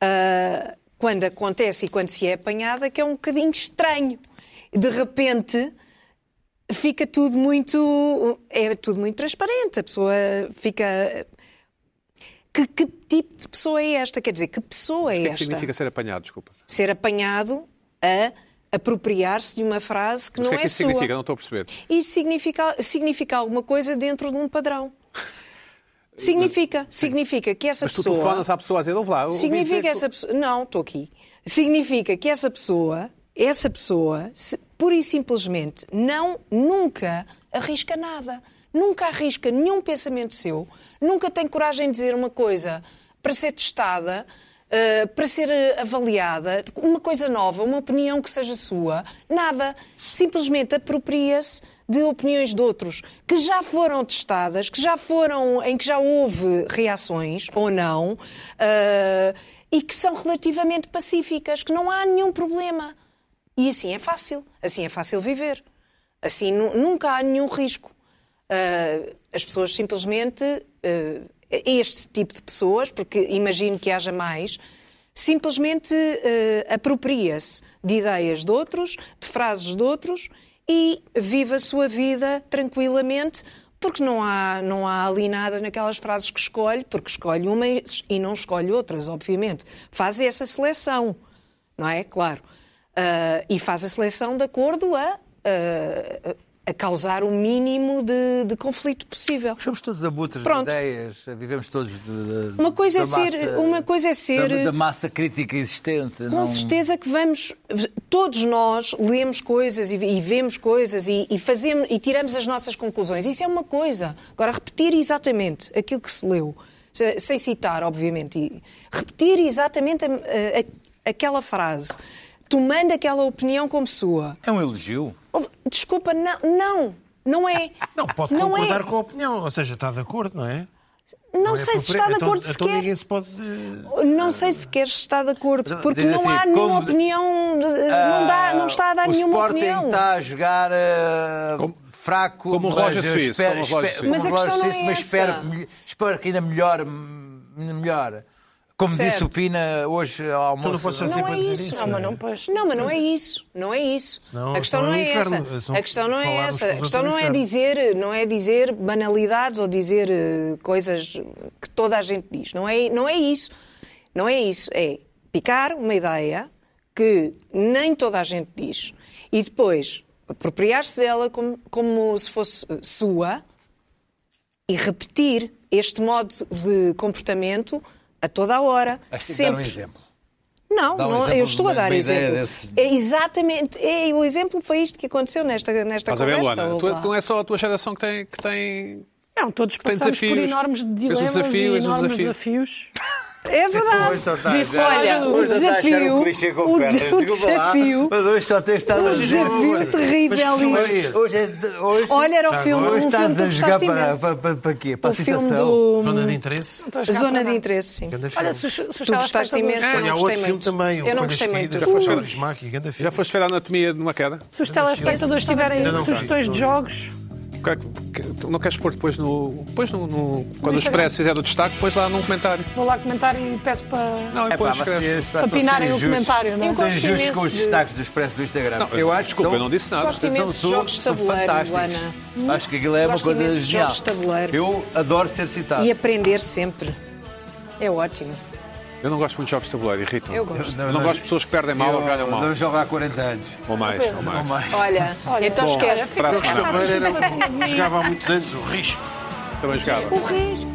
Ah, quando acontece e quando se é apanhada, que é um bocadinho estranho. De repente, fica tudo muito. É tudo muito transparente. A pessoa fica. Que, que tipo de pessoa é esta? Quer dizer, que pessoa
O
é
que é que
esta?
significa ser apanhado? Desculpa.
Ser apanhado a apropriar-se de uma frase que
Mas o
não
que é que isso
sua.
significa? Não estou a perceber.
Isso significa, significa alguma coisa dentro de um padrão. Significa, significa que essa
Mas tu
pessoa.
telefonas à pessoa a dizer, ouve lá. eu ouvi dizer
Significa
que
que essa pessoa. Não, estou aqui. Significa que essa pessoa, essa pessoa, se- pura e simplesmente, não, nunca arrisca nada. Nunca arrisca nenhum pensamento seu. Nunca tem coragem de dizer uma coisa para ser testada, eh, para ser eh, avaliada, uma coisa nova, uma opinião que seja sua. Nada. Simplesmente apropria-se de opiniões de outros que já foram testadas, que já foram, em que já houve reações ou não, ah, e que são relativamente pacíficas, que não há nenhum problema. E assim é fácil, assim é fácil viver. Assim nu- nunca há nenhum risco. Ah, as pessoas simplesmente, ah, este tipo de pessoas, porque imagino que haja mais, simplesmente eh, apropria-se de ideias de outros, de frases de outros e vive a sua vida tranquilamente, porque não há, não há ali nada naquelas frases que escolhe, porque escolhe umas e não escolhe outras, obviamente. Faz essa seleção, não é? Claro. Ah, e faz a seleção de acordo a. ah, a causar o mínimo de, de conflito possível.
Somos todos abutres
Pronto.
de ideias, vivemos todos de, de-
Uma coisa
da
é ser-
massa-
uma coisa é ser- um
da, da massa crítica existente.
Com certeza que vamos, todos nós lemos coisas e, e vemos coisas e, e fazemos e tiramos as nossas conclusões. Isso é uma coisa. Agora, repetir exatamente aquilo que se leu, se- sem citar, obviamente, e repetir exatamente a- a- aquela frase, tomando aquela opinião como sua.
É um elogio.
Ouve, Desculpa, não, não, não é.
Não, pode concordar com a opinião, ou seja, está de acordo, não é?
Não,
é
sei se
apropri-
está de
então-
acordo
Então
sequer.
ninguém se pode... eh,
Não sei sequer se está de acordo, porque
Diz
não
assim,
há nenhuma
como-
opinião, de- não, dá,
Ah,
não está a dar
Ah, o
nenhuma
Sporting
opinião.
está a jogar eh, fraco.
como o
mas
Roger
eu
Suíço,
espero-
como o Roger
espero-
Suíço.
Mas a
como o
questão não
Roger Suíço,
é
mas
essa.
espero, que- espero que ainda melhor. melhor. Como
Certo.
disse o Pina hoje ao almoço.
Tu não fosse assim
Não
para
é
dizer
isso.
isso.
Não, mas
é?
não, pois.
Não, mas não é isso. Não é isso.
Senão-
a questão
senão
não
é
é,
um inferno.
essa.
São-
a questão não é
falarmos
essa.
com
A
os
questão
outros
não
é um
é
inferno.
dizer, não é dizer banalidades ou dizer eh, coisas que toda a gente diz. Não é, não é isso. Não é isso. É picar uma ideia que nem toda a gente diz e depois apropriar-se dela como, como se fosse eh, sua e repetir este modo de comportamento a toda a hora,
Acho que dar um
é sempre.
exemplo.
Não,
Dá um
não,
exemplo
eu estou a
de uma-
dar
uma ideia
exemplo.
desse.
É exatamente, é, o exemplo foi isto que aconteceu nesta, nesta
Estás a ver,
conversa.
Luana?
ou
Tu,
lá.
não é só a tua geração que tem, que tem
Não, todos
Tem
passamos por
desafios.
enormes
Vês um
dilemas
desafio,
e
vês um
enormes
desafio.
desafios.
É verdade.
Disse,
Olha,
olha,
o desafio, o, de- o desafio,
Mas hoje só tens estado
o
a
dizer uma
desafio
coisa. Mas que
terrível.
filme é
e-
esse?
Hoje, é- hoje,
Olha, era o filme,
hoje
um filme
estás
que tu
a jogar
gostaste
para,
imenso.
para, para, para quê? Para
O
a
filme
citação?
Zona
do
de interesse?
Estou a chegar
Zona
para
de
lá.
Interesse, sim.
Grande filme.
Olha, se, os- se os
Tu gostaste
telespectadores-
imenso, eu
Olha, É, há
não
outro
gostei
filme
muito.
também, o
Eu não
Folhas
gostei muito.
Caídas,
foi
com
ver-
Fernando Smack, grande
Já
filme.
foste ver a anatomia de uma queda?
Se os telespectadores tiverem
não vi.
sugestões de jogos,
Que é que- que- Não queres pôr depois no. Depois no, no- quando o
Instagram.
Expresso fizer o destaque, depois lá num comentário.
vou lá comentar e peço para.
Não, e
É pá,
depois escreve.
vocês, pá, estão a
Apinarem
ser
o
injustos.
comentário, não é?
Eu
São
gosto
injustos
imenso
com os
de-
destaques do Expresso do Instagram. eu acho que
Desculpa,
são-
eu não disse nada.
Gosto imenso de
são-
jogos de
são
tabuleiro,
fantásticos.
Luana.
Acho que aquilo é uma
Gosto
coisa
imenso de
genial.
jogos de tabuleiro.
Eu adoro ser citado.
E aprender sempre. É ótimo.
Eu não gosto muito de jogos de tabuleiro, irritam.
Eu gosto.
Não, gosto de pessoas que perdem mal ou ganham
Eu
mal.
Não jogo há 40 anos.
Ou mais, ou
Não
mais.
mais.
Olha, então
Bom,
esquece.
para a
Mas
semana.
também era um- jogava há muitos anos o risco.
Também jogava.
O risco.